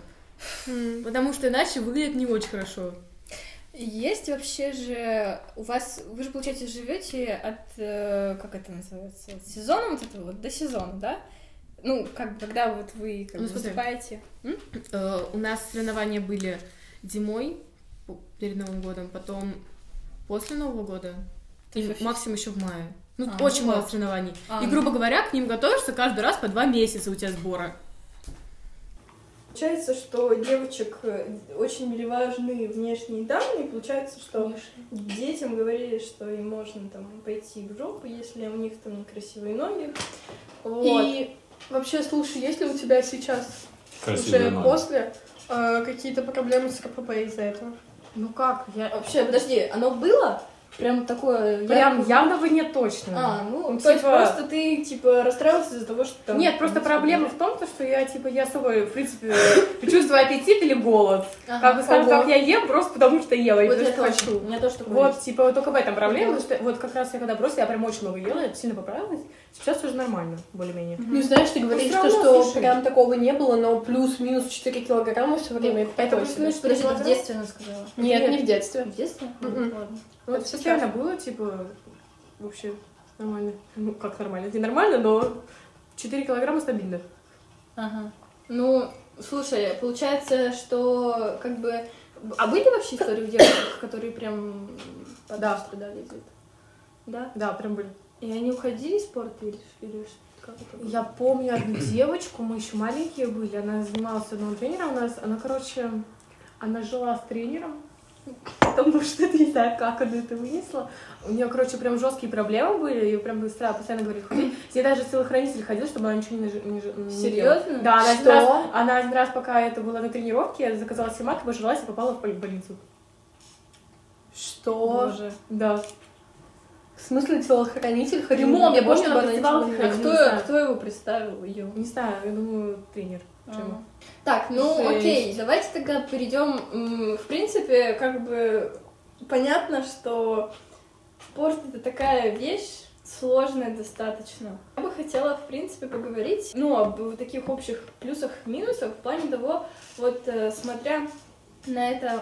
Мгм.
Потому что иначе выглядит не очень хорошо.
Есть вообще же у вас, вы же, получается, живете от, э, как это называется, от сезона вот этого вот до сезона, да? Ну, как бы, когда вот вы как
Ну,
бы,
смотри.
выступаете.
Э, У нас соревнования были зимой п- перед Новым годом, потом после Нового года
есть
и
вообще-
максимум еще в мае. Ну,
А,
очень
ну
мало
вот.
соревнований.
А,
и,
ну.
грубо говоря, к ним готовишься каждый раз по два месяца у тебя сбора.
Получается, что девочек э, очень были важны внешние данные. Получается, что детям говорили, что им можно там пойти в жопу, если у них там некрасивые ноги. Вот.
И вообще, слушай, есть ли у тебя сейчас,
Красивые
уже
ноги.
после, э, какие-то проблемы с КПП из-за этого?
Ну как? Я...
Вообще, подожди, оно было прям такое... яркое?
явного нет точно.
А, ну,
Ну,
то есть
типа-
просто ты, типа, расстраивался из-за того, что там...
Нет, просто
принципе,
проблема в том, то, что я, типа, я особо, в принципе, чувствую аппетит или голод. Как бы скажем, как я ем, просто потому что ела, и
А, Вот
потому
я
что
тоже.
хочу.
У меня тоже такое
Вот,
есть.
типа, вот только в этом проблема,
Да.
потому что вот как раз я когда бросила, я прям очень много ела, я сильно поправилась. Сейчас уже нормально, более-менее.
Ну, знаешь, ты говоришь,
всё
то,
равно,
что
слушай.
прям такого не было, но плюс-минус 4 килограмма все
Ну,
время. это
это
такое
плюс-минус
себе.
Подожди, ты в детстве она сказала.
Нет,
Нет.
не в детстве.
В детстве?
Мгм.
Ладно.
Ну, Вот
Это
случайно было, типа, вообще нормально. Ну, как нормально? Не нормально, но 4 килограмма стабильно.
Ага. Ну, слушай, получается, что как бы... А были вообще истории у девушек, которые прям под
Да.
страдали из-за этого? Да?
Да, прям были.
И они уходили из спорта или, или ш- как это было?
Я помню одну девочку, мы еще маленькие были, она занималась у одного тренера у нас, она, короче, она жила с тренером, потому что я не знаю, как она это вынесла. У нее, короче, прям жесткие проблемы были, ее прям быстро постоянно говорили, ходи. С ней даже силохранитель ходил, чтобы она ничего не, нажи- не жи- не ела.
Серьезно?
Да, она один,
Что?
раз, она один раз, пока это было на тренировке, заказала себе мак, обожралась и попала в боль- больницу.
Что?
Боже.
Да.
смысле телохранитель
Ремонт, я помню,
может,
она
она
призывала
ничего
к
не-
Я А не кто, знаю. кто его представил? А. Ее?
Не знаю, я думаю, тренер. Джима.
Так, ну
Жесть.
окей, давайте тогда перейдем. м, В принципе, как бы понятно, что спорт это такая вещь сложная достаточно. Я бы хотела, в принципе, поговорить, ну, об вот таких общих плюсах и минусах в плане того, вот э, смотря на это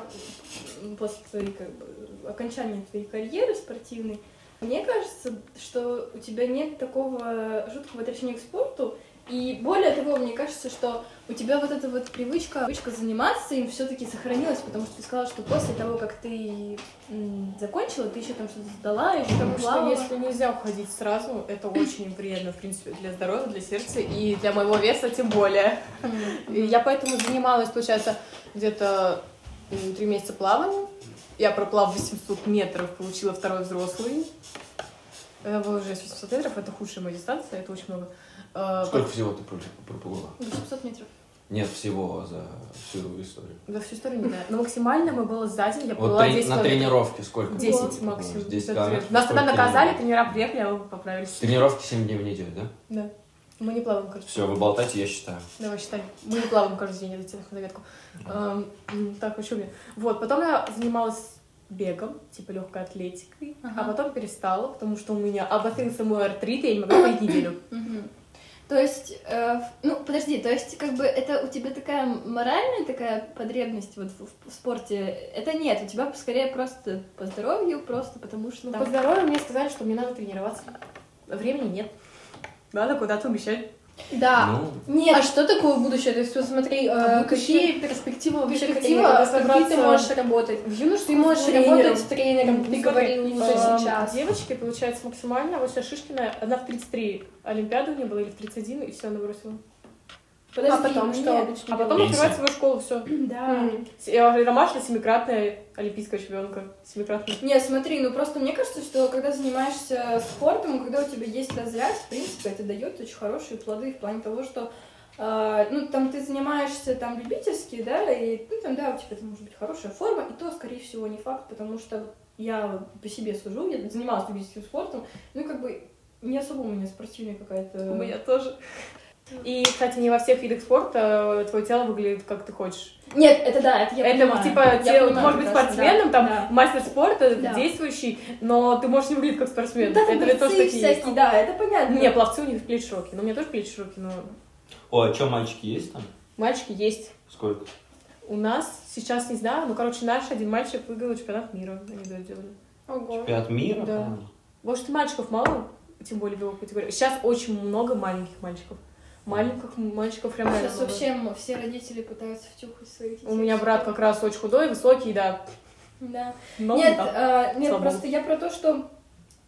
м, после твоей, как бы, окончания твоей карьеры спортивной, мне кажется, что у тебя нет такого жуткого отвращения к спорту, и более того, мне кажется, что у тебя вот эта вот привычка, привычка заниматься им все-таки сохранилась, потому что ты сказала, что после того, как ты м, закончила, ты еще там что-то сдала, еще там
Потому что
плавала.
если нельзя уходить сразу, это очень вредно, в принципе, для здоровья, для сердца и для моего веса тем более. И я поэтому занималась, получается, где-то м, три месяца плаванием. Я проплав 800 метров, получила второй взрослый. Э, вот Уже 800 метров, это худшая моя дистанция, это очень много. Э,
Сколько всего ты пропу- пропугала?
800 метров.
Нет всего за всю историю.
Да, всю сторону не знаю. Но максимально мы было за день, я
Вот
была
трени-
10
на
километров.
тренировке сколько?
10
ты
максимум.
пропугала? 10
10 километров.
километров.
Нас тогда
Сколько
наказали,
тренировок?
тренера приехали, а мы поправились.
Тренировки 7 дней в неделю, да?
Да. Мы не плаваем, короче.
Все, вы болтайте, я считаю.
Давай считай. Мы не плаваем каждый день, я затяну на ветку. Эм, м, Так, еще мне. Вот, потом я занималась бегом, типа легкой атлетикой, а потом перестала, потому что у меня обострился мой артрит, и я не могла ходить неделю.
Мгм. То есть, э, в- ну подожди, то есть как бы это у тебя такая моральная такая потребность вот в, в спорте? Это нет, у тебя скорее просто по здоровью, просто потому что
Ну,
там-
по здоровью мне сказали, что мне надо тренироваться. Времени нет. Надо куда-то умещать.
Да.
Ну,
Нет,
А что такое будущее? То есть, вот смотри, э,
А
какие
будущее- перспектива
перспектива,
а
в какие ты можешь работать?
в юношестве
Ты можешь
тренером.
работать тренером, ты
Ну,
говорил
«А,
смотри,
уже
эм,
сейчас.
Девочки, получается, максимально. Вот сейчас Шишкина, она в 33 Олимпиаду не было, или в 31, и все, она бросила.
подожди,
а потом что?
нет.
А потом
Пенсия.
открывает свою школу, все.
Да.
Ромашина семикратная олимпийская чемпионка. Семикратная.
Нет, смотри, ну просто мне кажется, что когда занимаешься спортом, и когда у тебя есть разряд, в принципе, это дает очень хорошие плоды в плане того, что э, ну, там ты занимаешься там любительски, да, и ну, там, да, у тебя там может быть хорошая форма, и то, скорее всего, не факт, потому что я по себе сужу, я занималась любительским спортом, ну, как бы не особо у меня спортивная какая-то...
У меня тоже. Э. И, кстати, не во всех видах спорта э, твое тело выглядит как ты хочешь.
Нет, это да, это я
это
понимаю.
типа
Я
тело,
понимаю
может быть
прекрасно,
спортсменом,
да,
там
да.
мастер спорта,
Да.
действующий, но ты можешь не выглядеть как спортсмен.
Да,
Ну, это ведь тоже
такие
такие есть. ну.
всякие, да, это понятно.
Не, пловцы у них плечи широкие. Но у меня тоже плечи широкие, но
О, а что, мальчики есть там?
мальчики есть.
Сколько?
У нас сейчас не знаю, но, короче, наш один мальчик выиграл чемпионат мира. Они да, делали.
Ого.
Пят мира?
Да.
по-моему?
Может, и мальчиков мало, тем более в его категории. Сейчас очень много маленьких мальчиков. Маленьких мальчиков прям реально
Сейчас
много.
вообще м, все родители пытаются втюхать своих детей.
У меня брат как раз очень худой, высокий, да.
Да.
Но
нет,
да.
а, нет,
слава
просто я про то, что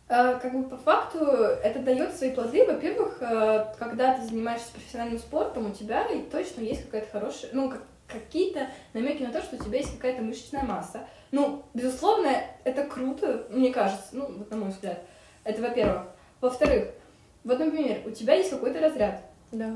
а, как бы по факту это дает свои плоды. Во-первых, а, когда ты занимаешься профессиональным спортом, у тебя и точно есть какая-то хорошая, ну, как- какие-то намеки на то, что у тебя есть какая-то мышечная масса. Ну, безусловно, это круто, мне кажется, ну, вот на мой взгляд. Это во-первых. Во-вторых, вот, например, у тебя есть какой-то разряд.
Да.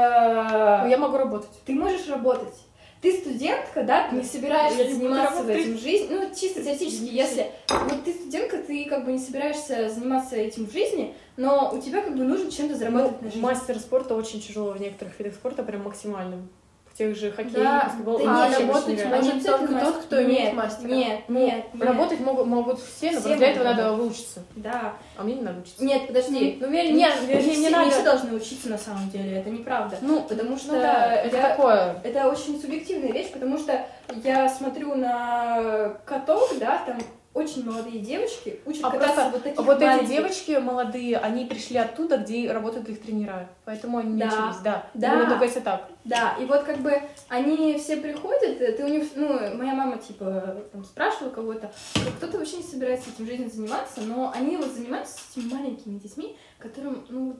Э,
Но я могу работать.
ты можешь работать. Ты студентка, да, ты не собираешься
Я не буду
заниматься
работать.
этим в жизни. Ну, чисто теоретически, если вот ты студентка, ты как бы не собираешься заниматься этим в жизни, но у тебя как бы нужно чем-то заработать на
Ну,
жизнь.
мастер спорта очень тяжело в некоторых видах спорта, прям максимальным. В тех же хоккей,
Да,
баскетбол.
да
он
нет,
вообще
работать
очень нереально.
Может,
можно не обязательно
только тот,
мастер.
кто имеет
Нет,
мастера.
Нет,
Ну,
нет, нет.
Работать могут, могут все,
Все
но просто для этого
могут
надо выучиться.
Да.
А мне не надо учиться.
Нет, подожди.
Ну,
Нет,
верь-
нет,
верь-
не,
не
все,
надо.
не все должны учиться на самом деле, это неправда.
Ну,
потому что
Ну да, это
я-
такое.
Это очень субъективная вещь, потому что я смотрю на каток, да, там очень молодые девочки учат
А
кататься
просто
вот таких
Вот эти
маленьких.
девочки молодые, они пришли оттуда, где работают их тренера. Поэтому они не
Да.
учились, да.
Да.
Ну, только если так.
Да, и вот как бы они все приходят, э, ты у них, ну, моя мама, типа, там, спрашивала кого-то, «Ну, кто-то вообще не собирается этим в жизни заниматься, но они вот занимаются с этими маленькими детьми, которым, ну,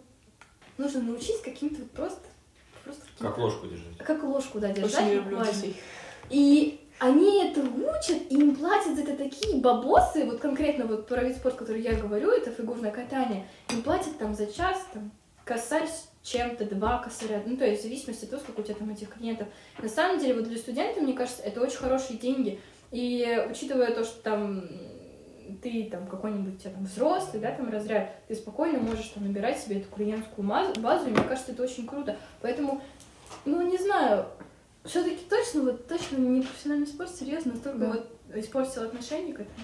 нужно научить каким-то вот просто, просто
Как
каким-то-
ложку держать?
как ложку, да, держать
Очень не люблю
буквально.
детей.
И они это учат, и им платят за это такие бабосы, вот конкретно вот про вид спорта, который я говорю, это фигурное катание, им платят там за час, там, косарь с чем-то, два косаря, ну, то есть в зависимости от того, сколько у тебя там этих клиентов. На самом деле, вот для студента, мне кажется, это очень хорошие деньги, и учитывая то, что там м, ты там какой-нибудь у тебя там взрослый, да, там разряд, ты спокойно можешь там набирать себе эту клиентскую маз- базу, и мне кажется, это очень круто. Поэтому, ну, не знаю, все-таки точно, вот точно не профессиональный спорт, серьезно, только
Да.
вот испортил отношения к этому.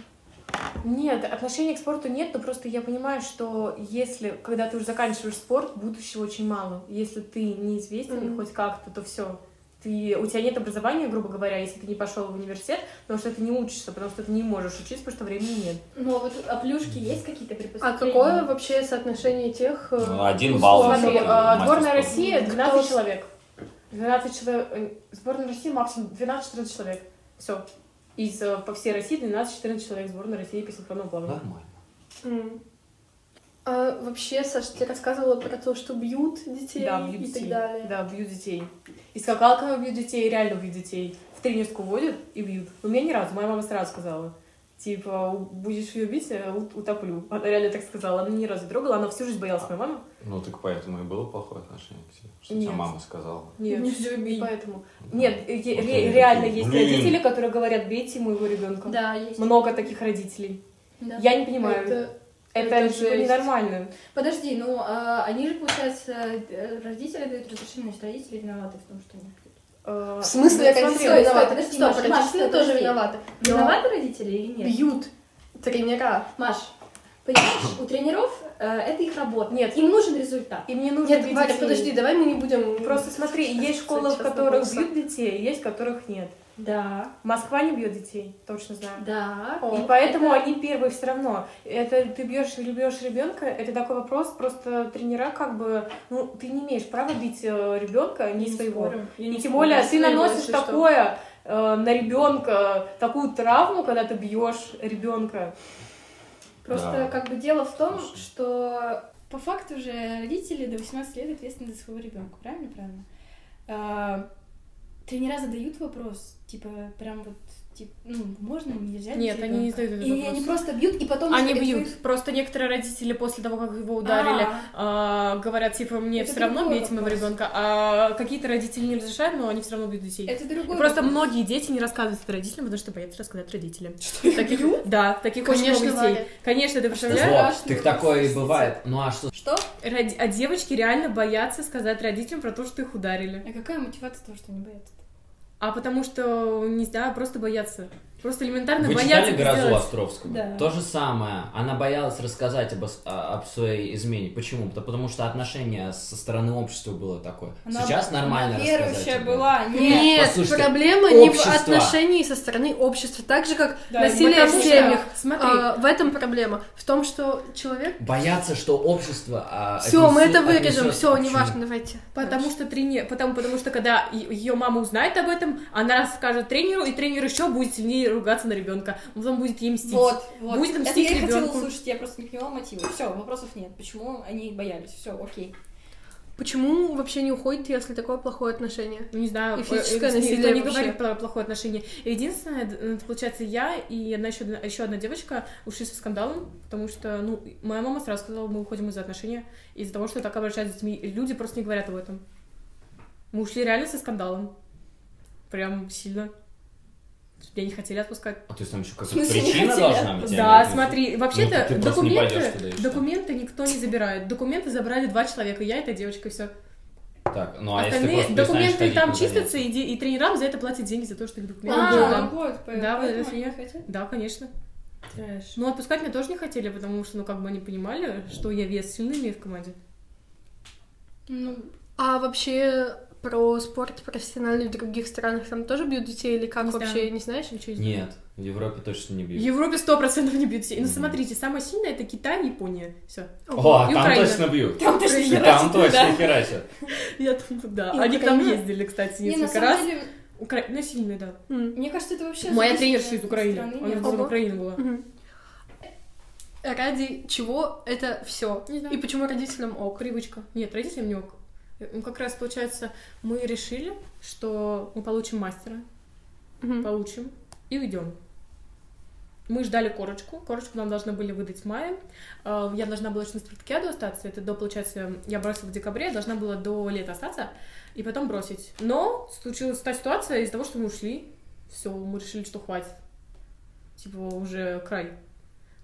Нет, отношения к спорту нет, но просто я понимаю, что если, когда ты уже заканчиваешь спорт, будущего очень мало. Если ты неизвестен
Мгм.
хоть как-то, то все. Ты, у тебя нет образования, грубо говоря, если ты не пошел в университет, потому что ты не учишься, потому что ты не можешь учиться, потому что времени нет.
Ну, а вот а плюшки есть какие-то при
А
поступлении?
какое вообще соотношение тех... э,
Ну, один
условий?
балл.
Смотри,
Мастер
а,
спорта.
сборная России
Кто
12
с-
человек. 12 человек. э, Сборная России максимум 12-14 человек. Все. Из э, по всей России 12-14 человек сборная России по синхронному плаванию.
Нормально.
М. А вообще, Саша, ты рассказывала про то, что бьют детей
Да, бьют
и
детей.
так далее.
Да, бьют детей. И скакалками бьют детей, реально бьют детей. В тренерскую водят и бьют. Но меня ни разу, моя мама сразу сказала. Типа, «У- будешь ее бить, э, у- утоплю. Она реально так сказала. Она ни разу не трогала, она всю жизнь боялась моей мамы.
Ну так поэтому и было плохое отношение к тебе, что тебе
Нет.
мама сказала.
Нет,
Не люби.
поэтому. Нет, э, е-
Вот
ре-
они
реально
такие,
есть
«Блин».
родители, которые говорят, бейте моего ребенка.
Да, есть.
Много таких родителей.
Да.
Я не понимаю. Это,
Это-
это
это
типа,
жесть.
ненормально.
Подожди, ну а, они же, получается, э, родители дают разрешение, значит, родители виноваты в том, что они.
Э,
В смысле,
ну,
родители
смотри,
стой,
виноваты?
подожди,
Стоп,
Маша,
родители
Маша, стой,
тоже
подожди.
виноваты. Но
Виноваты родители или нет?
Бьют тренера.
Маш, понимаешь, у тренеров э, это их работа.
Нет.
Им нужен результат.
И мне нужно
Нет,
бить
Варя,
детей.
подожди, давай мы не будем...
Ну, Просто смотри, есть школы, в
Сейчас
которых
вопрос.
бьют детей, а есть, в которых нет.
Да,
Москва не бьет детей, точно знаю.
да.
И поэтому они первые все равно. Это ты бьешь или бьешь ребенка, это такой вопрос. Просто тренера как бы, ну, ты не имеешь права бить ребенка, не своего.
И
И тем более а ты
своего,
наносишь
если что.
такое э, на ребенка, такую травму, когда ты бьешь ребенка.
Просто
Да.
как бы дело в том,
Слушай.
что по факту же родители до 18 лет ответственны за своего ребенка, правильно, правильно? А, Тренера задают вопрос, типа, прям вот, типа, ну, можно, нельзя? бить
Нет, они не
ребенка?
задают этот
И
вопрос.
они просто бьют, и потом...
Они
это-
бьют. Просто некоторые родители после того, как его ударили,
А.
а, говорят, типа, мне
Это
все равно
другой
бейте моего
вопрос.
ребенка. А какие-то родители не разрешают, но они все равно бьют детей.
Это
И
другой
Просто
вопрос.
многие дети не рассказывают это родителям, потому что боятся рассказать родителям. Что таких, Да, таких
Конечно,
очень много детей.
Варя.
Конечно,
А
ты представляешь?
Вот,
страшно.
так такое и бывает. Ну а что?
Что?
Ради- А девочки реально боятся сказать родителям про то, что их ударили.
А какая мотивация того, что они боятся?
А потому что, не знаю, просто боятся. Просто элементарно
Вы
боятся
читали
это
«Грозу»
сделать.
Островского?
Да.
То же самое. Она боялась рассказать об, ос- а- об своей измене. Почему? Да потому что отношение со стороны общества было такое.
Она-
Сейчас нормально
Она
рассказать
верующая
об этом.
была, нет.
Нет,
Послушайте,
проблема не в
общество.
отношении со стороны общества, так же как
Да,
насилие в
потому что-
семьях.
Смотри,
А, в этом проблема. В том, что человек.
Бояться, что общество... а,
Все, мы
отнесе-
это вырежем.
отнесет-
Все,
Почему?
неважно, давайте.
Потому что тренер, потому, потому что когда ее мама узнает об этом, она расскажет тренеру, и тренер еще будет сильнее ругаться на ребенка. Он потом будет ей мстить.
Вот, вот.
Будет
Это
мстить
я и хотела
ребенку.
услышать, я просто не поняла мотивы. Все, вопросов нет. Почему они боялись? Все, окей.
Почему вообще не уходит, если такое плохое отношение?
Ну, Не знаю,
И
э,
физическое
э,
насилие
никто не
вообще.
говорит про плохое отношение. Единственное, д- это получается, я и одна еще, еще одна девочка ушли со скандалом, потому что, ну, моя мама сразу сказала, мы уходим из-за отношения, из-за того, что так обращаются с детьми. И люди просто не говорят об этом. Мы ушли реально со скандалом. Прям сильно. Я не хотели отпускать.
А то есть там еще
В
какая-то
смысле, не
причина
хотели?
должна быть?
Да,
реально?
смотри,
Ну,
вообще-то
ты просто не пойдёшь туда и
документы,
что?
документы никто не забирает. Документы забрали два человека, я и эта девочка, и все.
Так, ну а если ты
Остальные
просто перестанешь
документы
ходить
там
на занятия?
чистятся, и, де- и тренерам за это платят деньги, за то, что их документы
А,
забрали.
вот, по-
Да, вот
поэтому
это
они
я.
хотят.
Да, конечно. Ну, отпускать меня тоже не хотели, потому что, ну, как бы они понимали, что я вес сильный имею в команде.
Ну,
А вообще про спорт профессиональный в других странах там тоже бьют детей или как
Не знаю.
вообще, не знаешь?
Ничего не знаю.
Нет, в Европе точно не
В
бьют.
Европе сто процентов не бьют детей. Ну,
Мгм.
смотрите, самое сильное это Китай, Япония. Все.
О, а
И
там
Украина.
точно бьют.
там точно
И
херачат,
Там точно
да.
херачат.
Я думаю, да.
И
Они к нам
Украина?
ездили, кстати,
Не, на
несколько
самом
раз.
деле,
Украина сильная, да.
М,
мне кажется, это вообще...
Моя
зависит
тренерша из
от
Украины.
страны,
Она
нет.
из
Ого.
Украины была.
мгм. Ради чего это все?
Не знаю.
И почему родителям ок?
Привычка. Нет, родителям не ок. Ну, как раз получается, мы решили, что мы получим мастера,
Мгм.
получим и уйдем. Мы ждали корочку. Корочку нам должны были выдать в мае. Э, Я должна была еще на спартакиаду остаться. Это до, получается, я бросила в декабре, я должна была до лета остаться и потом бросить. Но случилась та ситуация из-за того, что мы ушли. Все, мы решили, что хватит. Типа уже край.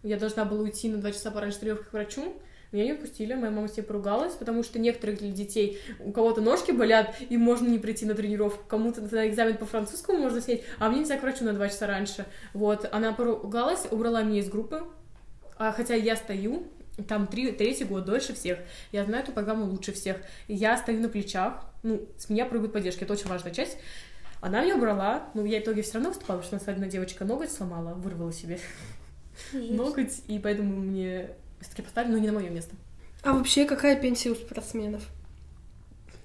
Я должна была уйти на два часа пораньше тренировки к врачу. Меня не отпустили, моя мама себе поругалась, потому что некоторых для детей у кого-то ножки болят, и можно не прийти на тренировку, кому-то на экзамен по французскому можно сидеть, а мне нельзя к врачу на два часа раньше. Вот, она поругалась, убрала меня из группы, а, хотя я стою, там три, третий год дольше всех, я знаю эту программу лучше всех, я стою на плечах, ну, с меня прыгают поддержки, это очень важная часть. Она меня брала, но я в итоге все равно выступала, потому что у нас одна девочка ноготь сломала, вырвала себе ноготь, и поэтому мне все-таки поставили, но не на мое место.
А вообще, какая пенсия у спортсменов?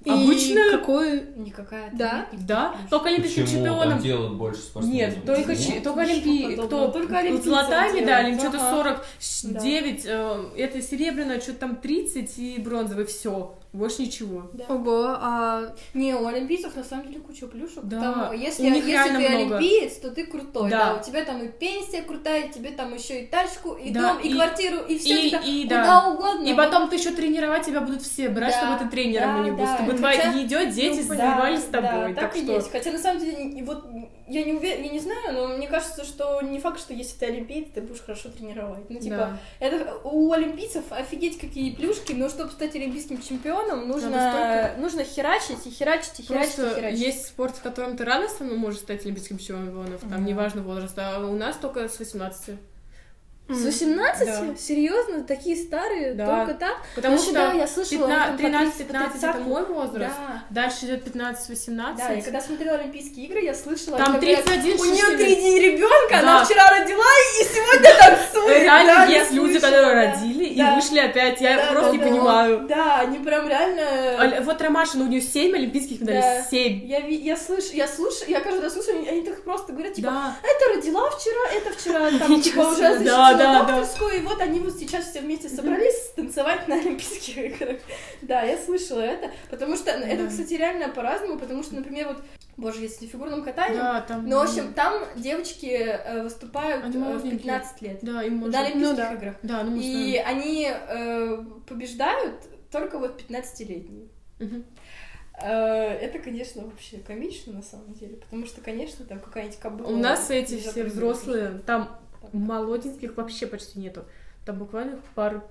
И
Обычная?
какой...
Никакая.
Да?
Да, только олимпийским чемпионом.
Там делают больше спортсменов?
Нет,
Ну,
только, чи- только олимпи...
Что-то подобное. Ну,
Кто?
Только
Только
олимпийцев
золотая
делают.
медаль, им
Ага.
что-то 49, э, это серебряная, что-то там 30 и бронзовый, все. Больше ничего.
Ого, а...
Не, у олимпийцев на самом деле куча плюшек.
Да,
Там, если
у них
если
реально
ты
много.
олимпиец, то ты крутой.
Да.
Да. у тебя там и пенсия крутая, тебе там еще и тачку, и
Да,
дом, и,
и-
квартиру, и все
и-
это
и
куда
да.
угодно.
И потом ты еще тренировать, тебя будут все брать,
Да,
чтобы ты тренером
да,
у них был,
да.
чтобы
Ну,
твои
хотя-
ее дети
Ну,
занимались с
да,
тобой.
да,
так
так, и
что...
есть. Хотя на самом деле, и вот я не уверена, я не знаю, но мне кажется, что не факт, что если ты олимпиец, ты будешь хорошо тренировать. Ну, типа,
Да.
это у олимпийцев офигеть какие плюшки, но чтобы стать олимпийским чемпионом, нужно,
настолько.
нужно херачить и херачить и херачить и
Просто
херачить.
есть спорт, в котором ты рано равно можешь стать олимпийским чемпионом, там
Мгм.
неважно возраст, а у нас только с 18.
С
м,
18?
Да.
Серьезно? Такие старые?
Да.
Только так?
Потому
Вообще,
что
да, я слышала, у них там по 30, по
13-15 это
30.
мой возраст,
Да.
дальше идет 15-18.
Да, я когда смотрела Олимпийские игры, я слышала,
Там
как говорят,
31
у нее три
шестилетний.
дня ребенка,
Да.
она вчера родила и сегодня танцует.
Реально
Да, я
есть люди,
слышала,
которые
да.
родили и
Да.
вышли опять. Я
Да, да,
просто не
да.
понимаю.
Да, они прям реально...
Оля- Вот Ромашина, у нее 7 олимпийских медалей.
Да. Ну,
7.
Я, ви- я слышу, я слушаю, я каждый раз слушаю, они, они так просто говорят, типа,
Да.
это родила вчера, это вчера, там, типа,
Ничего
уже
себе.
защитила
Да, да, да.
докторскую, и вот они вот сейчас все вместе собрались танцевать на Олимпийских играх. Да, я слышала это, потому что ну, это,
Да.
кстати, реально по-разному, потому что, например, вот, боже, если в фигурном катании,
Да, там...
ну, в общем, там девочки э, выступают
Они
э, в
молоденькие.
15 лет
Да, им
на
можно.
Олимпийских
Ну да.
играх.
Да, ну, можно.
И они э, побеждают только вот 15-летние.
Мгм.
Э, Это, конечно, вообще комично на самом деле, потому что, конечно, там какая-нибудь кобыла...
У нас эти
не
все
запрыгнет.
взрослые, там молоденьких вообще почти нету. Там буквально пару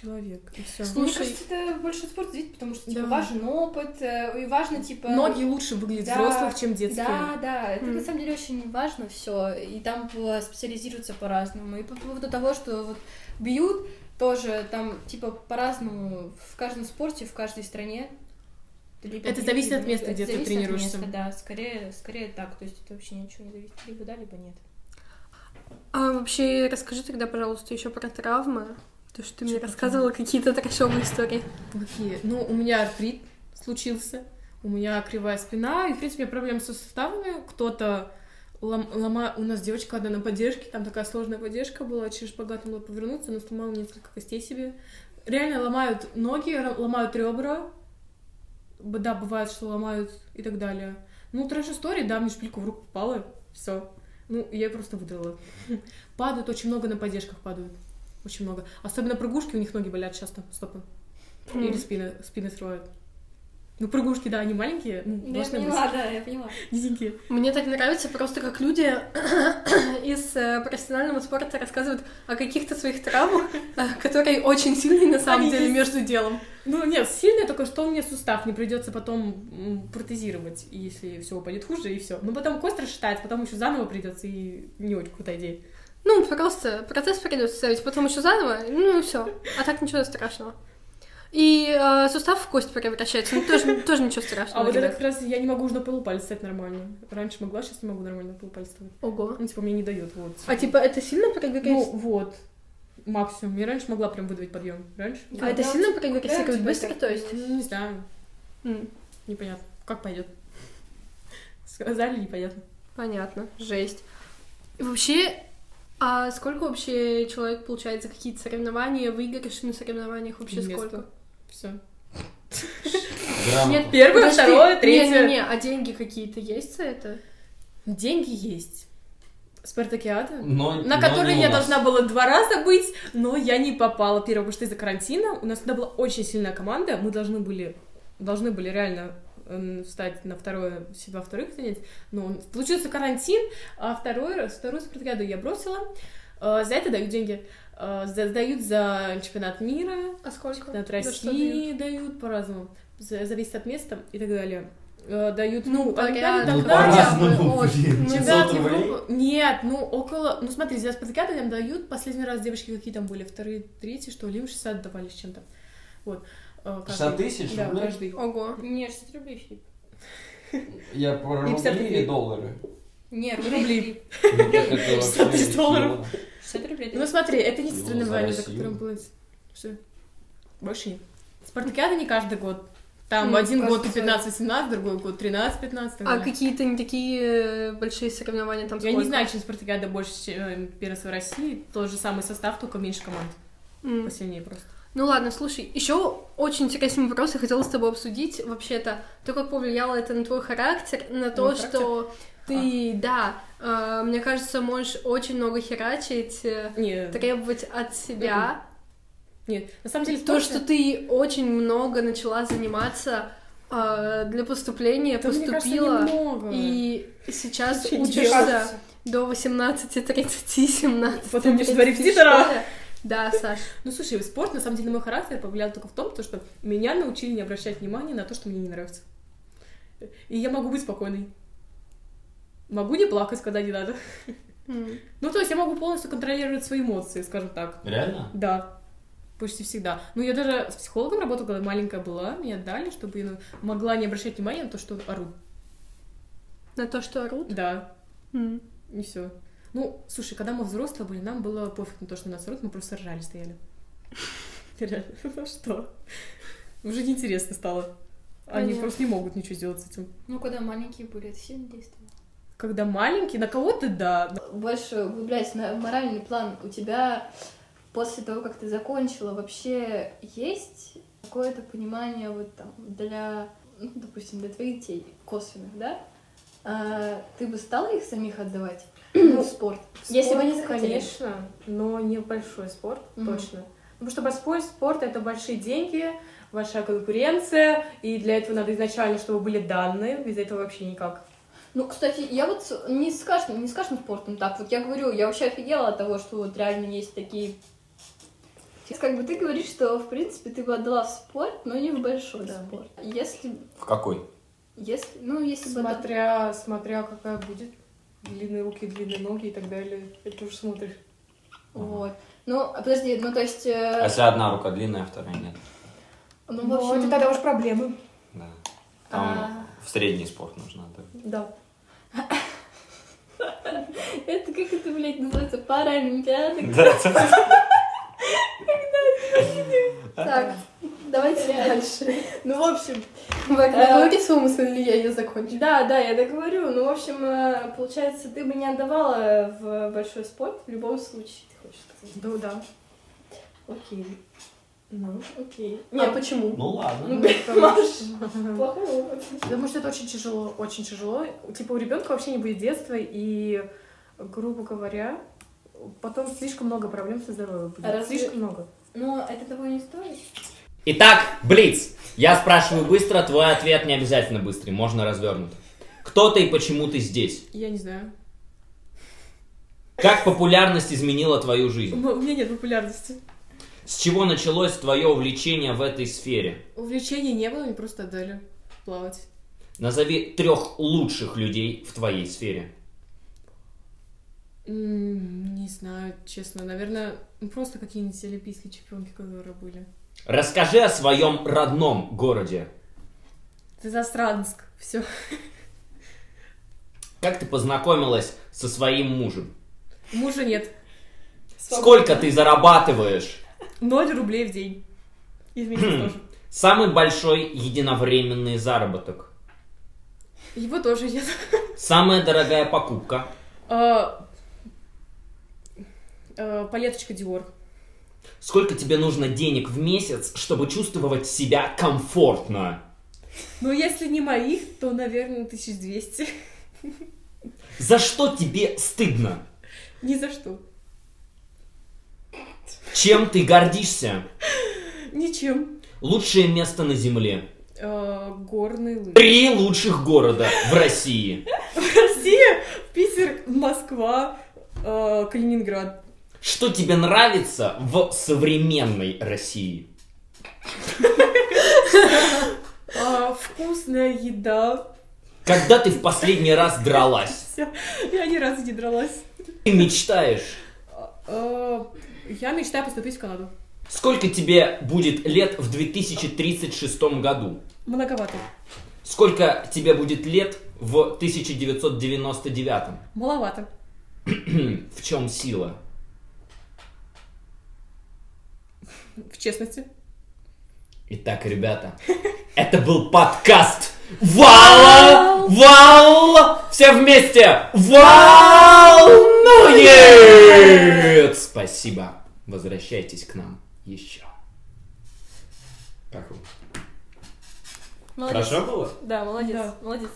человек, и все.
Мне
Слушай.
кажется, это больше спорт видеть, потому что, типа,
Да.
важен опыт, э, и важно, типа...
Ноги лучше выглядят
Да,
взрослых, чем детские.
Да, да, это
М.
на самом деле очень важно все, и там э, специализируются по-разному. И по поводу того, что вот бьют, тоже там типа по-разному в каждом спорте, в каждой стране. Либо
Это
бьют,
зависит
либо
от
не
места,
бьют.
где ты
зависит от
тренируешься.
места, да, скорее, скорее так, то есть это вообще ничего не зависит, либо да, либо нет.
А вообще, расскажи тогда, пожалуйста, еще про травмы. То, что ты мне рассказывала какие-то трешовые истории.
Какие? Ну, у меня артрит случился, у меня кривая спина, и, в принципе, у меня проблемы со суставами. Кто-то лом- лома... У нас девочка одна на поддержке, там такая сложная поддержка была, через шпагат надо повернуться, она сломала несколько костей себе. Реально ломают ноги, ра- ломают ребра, Б- да, бывает, что ломают и так далее. Ну, трэш-история, да, мне шпилька в руку попала, все. Ну, я ее просто выдрала. Падают очень много на поддержках падают. Очень много. Особенно прыгушки, у них ноги болят часто, стопы. Или спины, спины срывают. Ну, прыгушки, да, они маленькие, ну,
Я
должны
поняла, да, я поняла.
быть низенькие.
Мне так нравится просто, как люди из э, профессионального спорта рассказывают о каких-то своих травмах, э, которые очень сильные на самом
Они
деле
есть.
между делом.
Ну, нет, сильные только что мне сустав не придется потом м, протезировать, если все упадет хуже, и все. Ну, потом кость расшатается, потом еще заново придется, и не очень крутая идея.
Ну, просто процесс придется ставить, потом еще заново, ну и все. А так ничего страшного. И э, сустав в кость превращается, ну тоже, тоже ничего страшного.
А вот это
ребят.
как раз я не могу уже на полупалец стать нормально. Раньше могла, сейчас не могу нормально на полупалец ставить.
Ого.
Ну, типа, мне не дает, вот.
А типа это сильно
Ну,
прогрессирует?
вот. Максимум. Я раньше могла прям выдавить подъем. Раньше?
а это
да,
сильно
вот когда у
прогрессирует
тебя
быстро,
так
то есть?
Ну, не знаю.
типа М,
Непонятно. Как пойдет. Сказали, непонятно.
понятно, жесть. И вообще, а сколько вообще человек получает за какие-то соревнования, выигрыши на соревнованиях вообще
Место.
сколько?
Все.
Грамотно.
Первое,
Подожди,
второе, третье.
Не-не-не, а деньги какие-то есть за это?
Деньги есть. Спартакиада.
Но,
На
но
ну,
не
которой
Ну, у
я
нас.
должна была два раза быть, но я не попала. Первое, потому что из-за карантина у нас тогда была очень сильная команда. Мы должны были, должны были реально эм, встать на второе, себя вторых занять. Но он- получился карантин, а второй раз, вторую спартакиаду я бросила. А, Э, За это дают деньги. Э, за- Дают за чемпионат мира,
А сколько?
чемпионат
За что дают?
России дают по-разному. За- Зависит от места и так далее. Э, Дают,
Ну,
ну,
порядок.
тогда,
Ну,
тогда,
Ну,
По-разному,
вот,
блин.
ну,
500
Чемпионат
рублей?
Европы- Нет, ну около... Ну смотри, за спартакиады там дают, последний раз девочки какие там были, вторые, третьи, что ли, им 60 давали с чем-то. Вот. Э, каждый.
60 тысяч
Да,
рублей?
каждый.
Ого.
Не, 60 рублей, Филипп.
Я про
И 50
рубли или
рублей.
доллары?
Не,
Рубли.
Филипп.
Ну, так это
60
вообще
тысяч долларов.
сила.
60 рублей.
Ну смотри, это
Ну,
единственная
за
валюта,
Россию.
которая была. Все. Больше нет. Спартакиады не каждый год. Там
Ну,
один год
кажется,
15-18, другой год 13-15. так
А
далее.
какие-то не такие э, большие соревнования там
Я
сколько?
не знаю, чем Спартакиада больше, чем э, первенство России. Тот же самый состав, только меньше команд.
М.
Посильнее просто.
Ну ладно, слушай, еще очень интересный вопрос я хотела с тобой обсудить. Вообще-то, то, как повлияло это на твой характер, на то,
мой характер? А.
что ты, да, э, мне кажется, можешь очень много херачить, э,
Нет,
требовать от себя.
нет. На самом деле, в
То,
спорте-
что ты очень много начала заниматься э, для поступления,
Да, мне кажется,
поступила.
немного.
И сейчас
Очень
учишься до 18.30, 17.
Потом будешь дворить Питера.
Да, Саш.
Ну, слушай, спорт, на самом деле, на мой характер повлиял только в том, то, что меня научили не обращать внимания на то, что мне не нравится. И я могу быть спокойной. Могу не плакать, когда не надо.
М.
Ну, то есть я могу полностью контролировать свои эмоции, скажем так.
Реально?
Да, почти всегда. Ну, я даже с психологом работала, когда маленькая была, меня дали, чтобы я ну, могла не обращать внимания на то, что орут.
На то, что орут.
Да,
М.
и все. Ну, слушай, когда мы взрослые были, нам было пофиг на то, что нас орут, мы просто ржали, стояли. Реально, ну что? Уже неинтересно стало. Они
Понятно.
просто не могут ничего сделать с этим.
Ну, когда маленькие были, это сильно действовало.
Когда маленькие, на кого-то да.
Больше углубляясь на моральный план, у тебя после того, как ты закончила, вообще есть какое-то понимание вот там для, ну, допустим, для твоих детей косвенных, да? А, ты бы стала их самих отдавать в спорт? Если бы они захотели.
Конечно, но небольшой спорт,
Мгм.
точно. Потому что большой спорт — это большие деньги, большая конкуренция, и для этого надо изначально, чтобы были данные, без этого вообще никак.
Ну, кстати, я вот с- не с каждым, не с каждым спортом так. Вот я говорю, я вообще офигела от того, что вот реально есть такие... Как бы ты говоришь, что, в принципе, ты бы отдала в спорт, но не в большой
Да.
спорт. Если,
В какой?
если, ну, если бы... отда-
Смотря, смотря какая будет. Длинные руки, длинные ноги и так далее. Это уже смотришь.
Вот. Ну, а подожди, ну, то есть... э,
А если одна рука длинная, а вторая нет?
Ну, в
Но
общем...
это тогда уже проблемы.
Да. Там
а,
в средний спорт нужно отдать.
Да.
Это как это, блядь, называется? Паралимпиада?
Да.
Так, давайте дальше. Ну, в общем,
Вы
Э,
договорите
свою мысль, или я ее закончу?
Да, да, я так говорю. Ну, в общем, э, получается, ты бы не отдавала в большой спорт в любом случае, ты хочешь сказать.
Ну да.
Окей.
Ну.
Окей.
Нет,
Нет,
почему?
Ну ладно.
Потому
плохой опыт.
что это очень тяжело, очень тяжело. Типа у ребенка вообще не будет детства, и, грубо говоря, потом слишком много проблем со здоровьем будет.
А разве-
Слишком много.
Но это того не стоит.
Итак, Блиц. Я спрашиваю быстро, твой ответ не обязательно быстрый, можно развернут. Кто ты и почему ты здесь?
Я не знаю.
Как популярность изменила твою
У
жизнь?
м- у меня нет популярности.
С чего началось твое увлечение в этой сфере?
Увлечений не было, мне просто отдали плавать.
Назови трех лучших людей в твоей сфере.
М, Не знаю, честно. Наверное, ну, просто какие-нибудь олимпийские чемпионки, которые были.
Расскажи о своем родном городе.
Ты застранск. Все.
Как ты познакомилась со своим мужем?
Мужа нет.
Сколько ты зарабатываешь?
Ноль рублей в день. И в месяц тоже.
Самый большой единовременный заработок.
Его тоже нет.
Самая дорогая покупка.
А, а, Палеточка Диор.
Сколько тебе нужно денег в месяц, чтобы чувствовать себя комфортно?
Ну, если не моих, то, наверное, 1200.
За что тебе стыдно?
Ни за что.
Чем ты гордишься?
Ничем.
Лучшее место на земле.
А, Горные лыжи.
Три лучших города в России.
Россия, Питер, Москва, а, Калининград.
Что тебе нравится в современной России?
А, вкусная еда.
Когда ты в последний раз дралась?
Я ни разу не дралась.
Ты мечтаешь?
А, Я мечтаю поступить в Канаду.
Сколько тебе будет лет в 2036 году?
Многовато.
Сколько тебе будет лет в 1999?
Маловато.
В чем сила?
В честности.
Итак, ребята, это был подкаст Вала! Вал! Все вместе! Волнует! Спасибо. Возвращайтесь к нам еще.
Хорошо было?
Да, молодец,
Да.
молодец.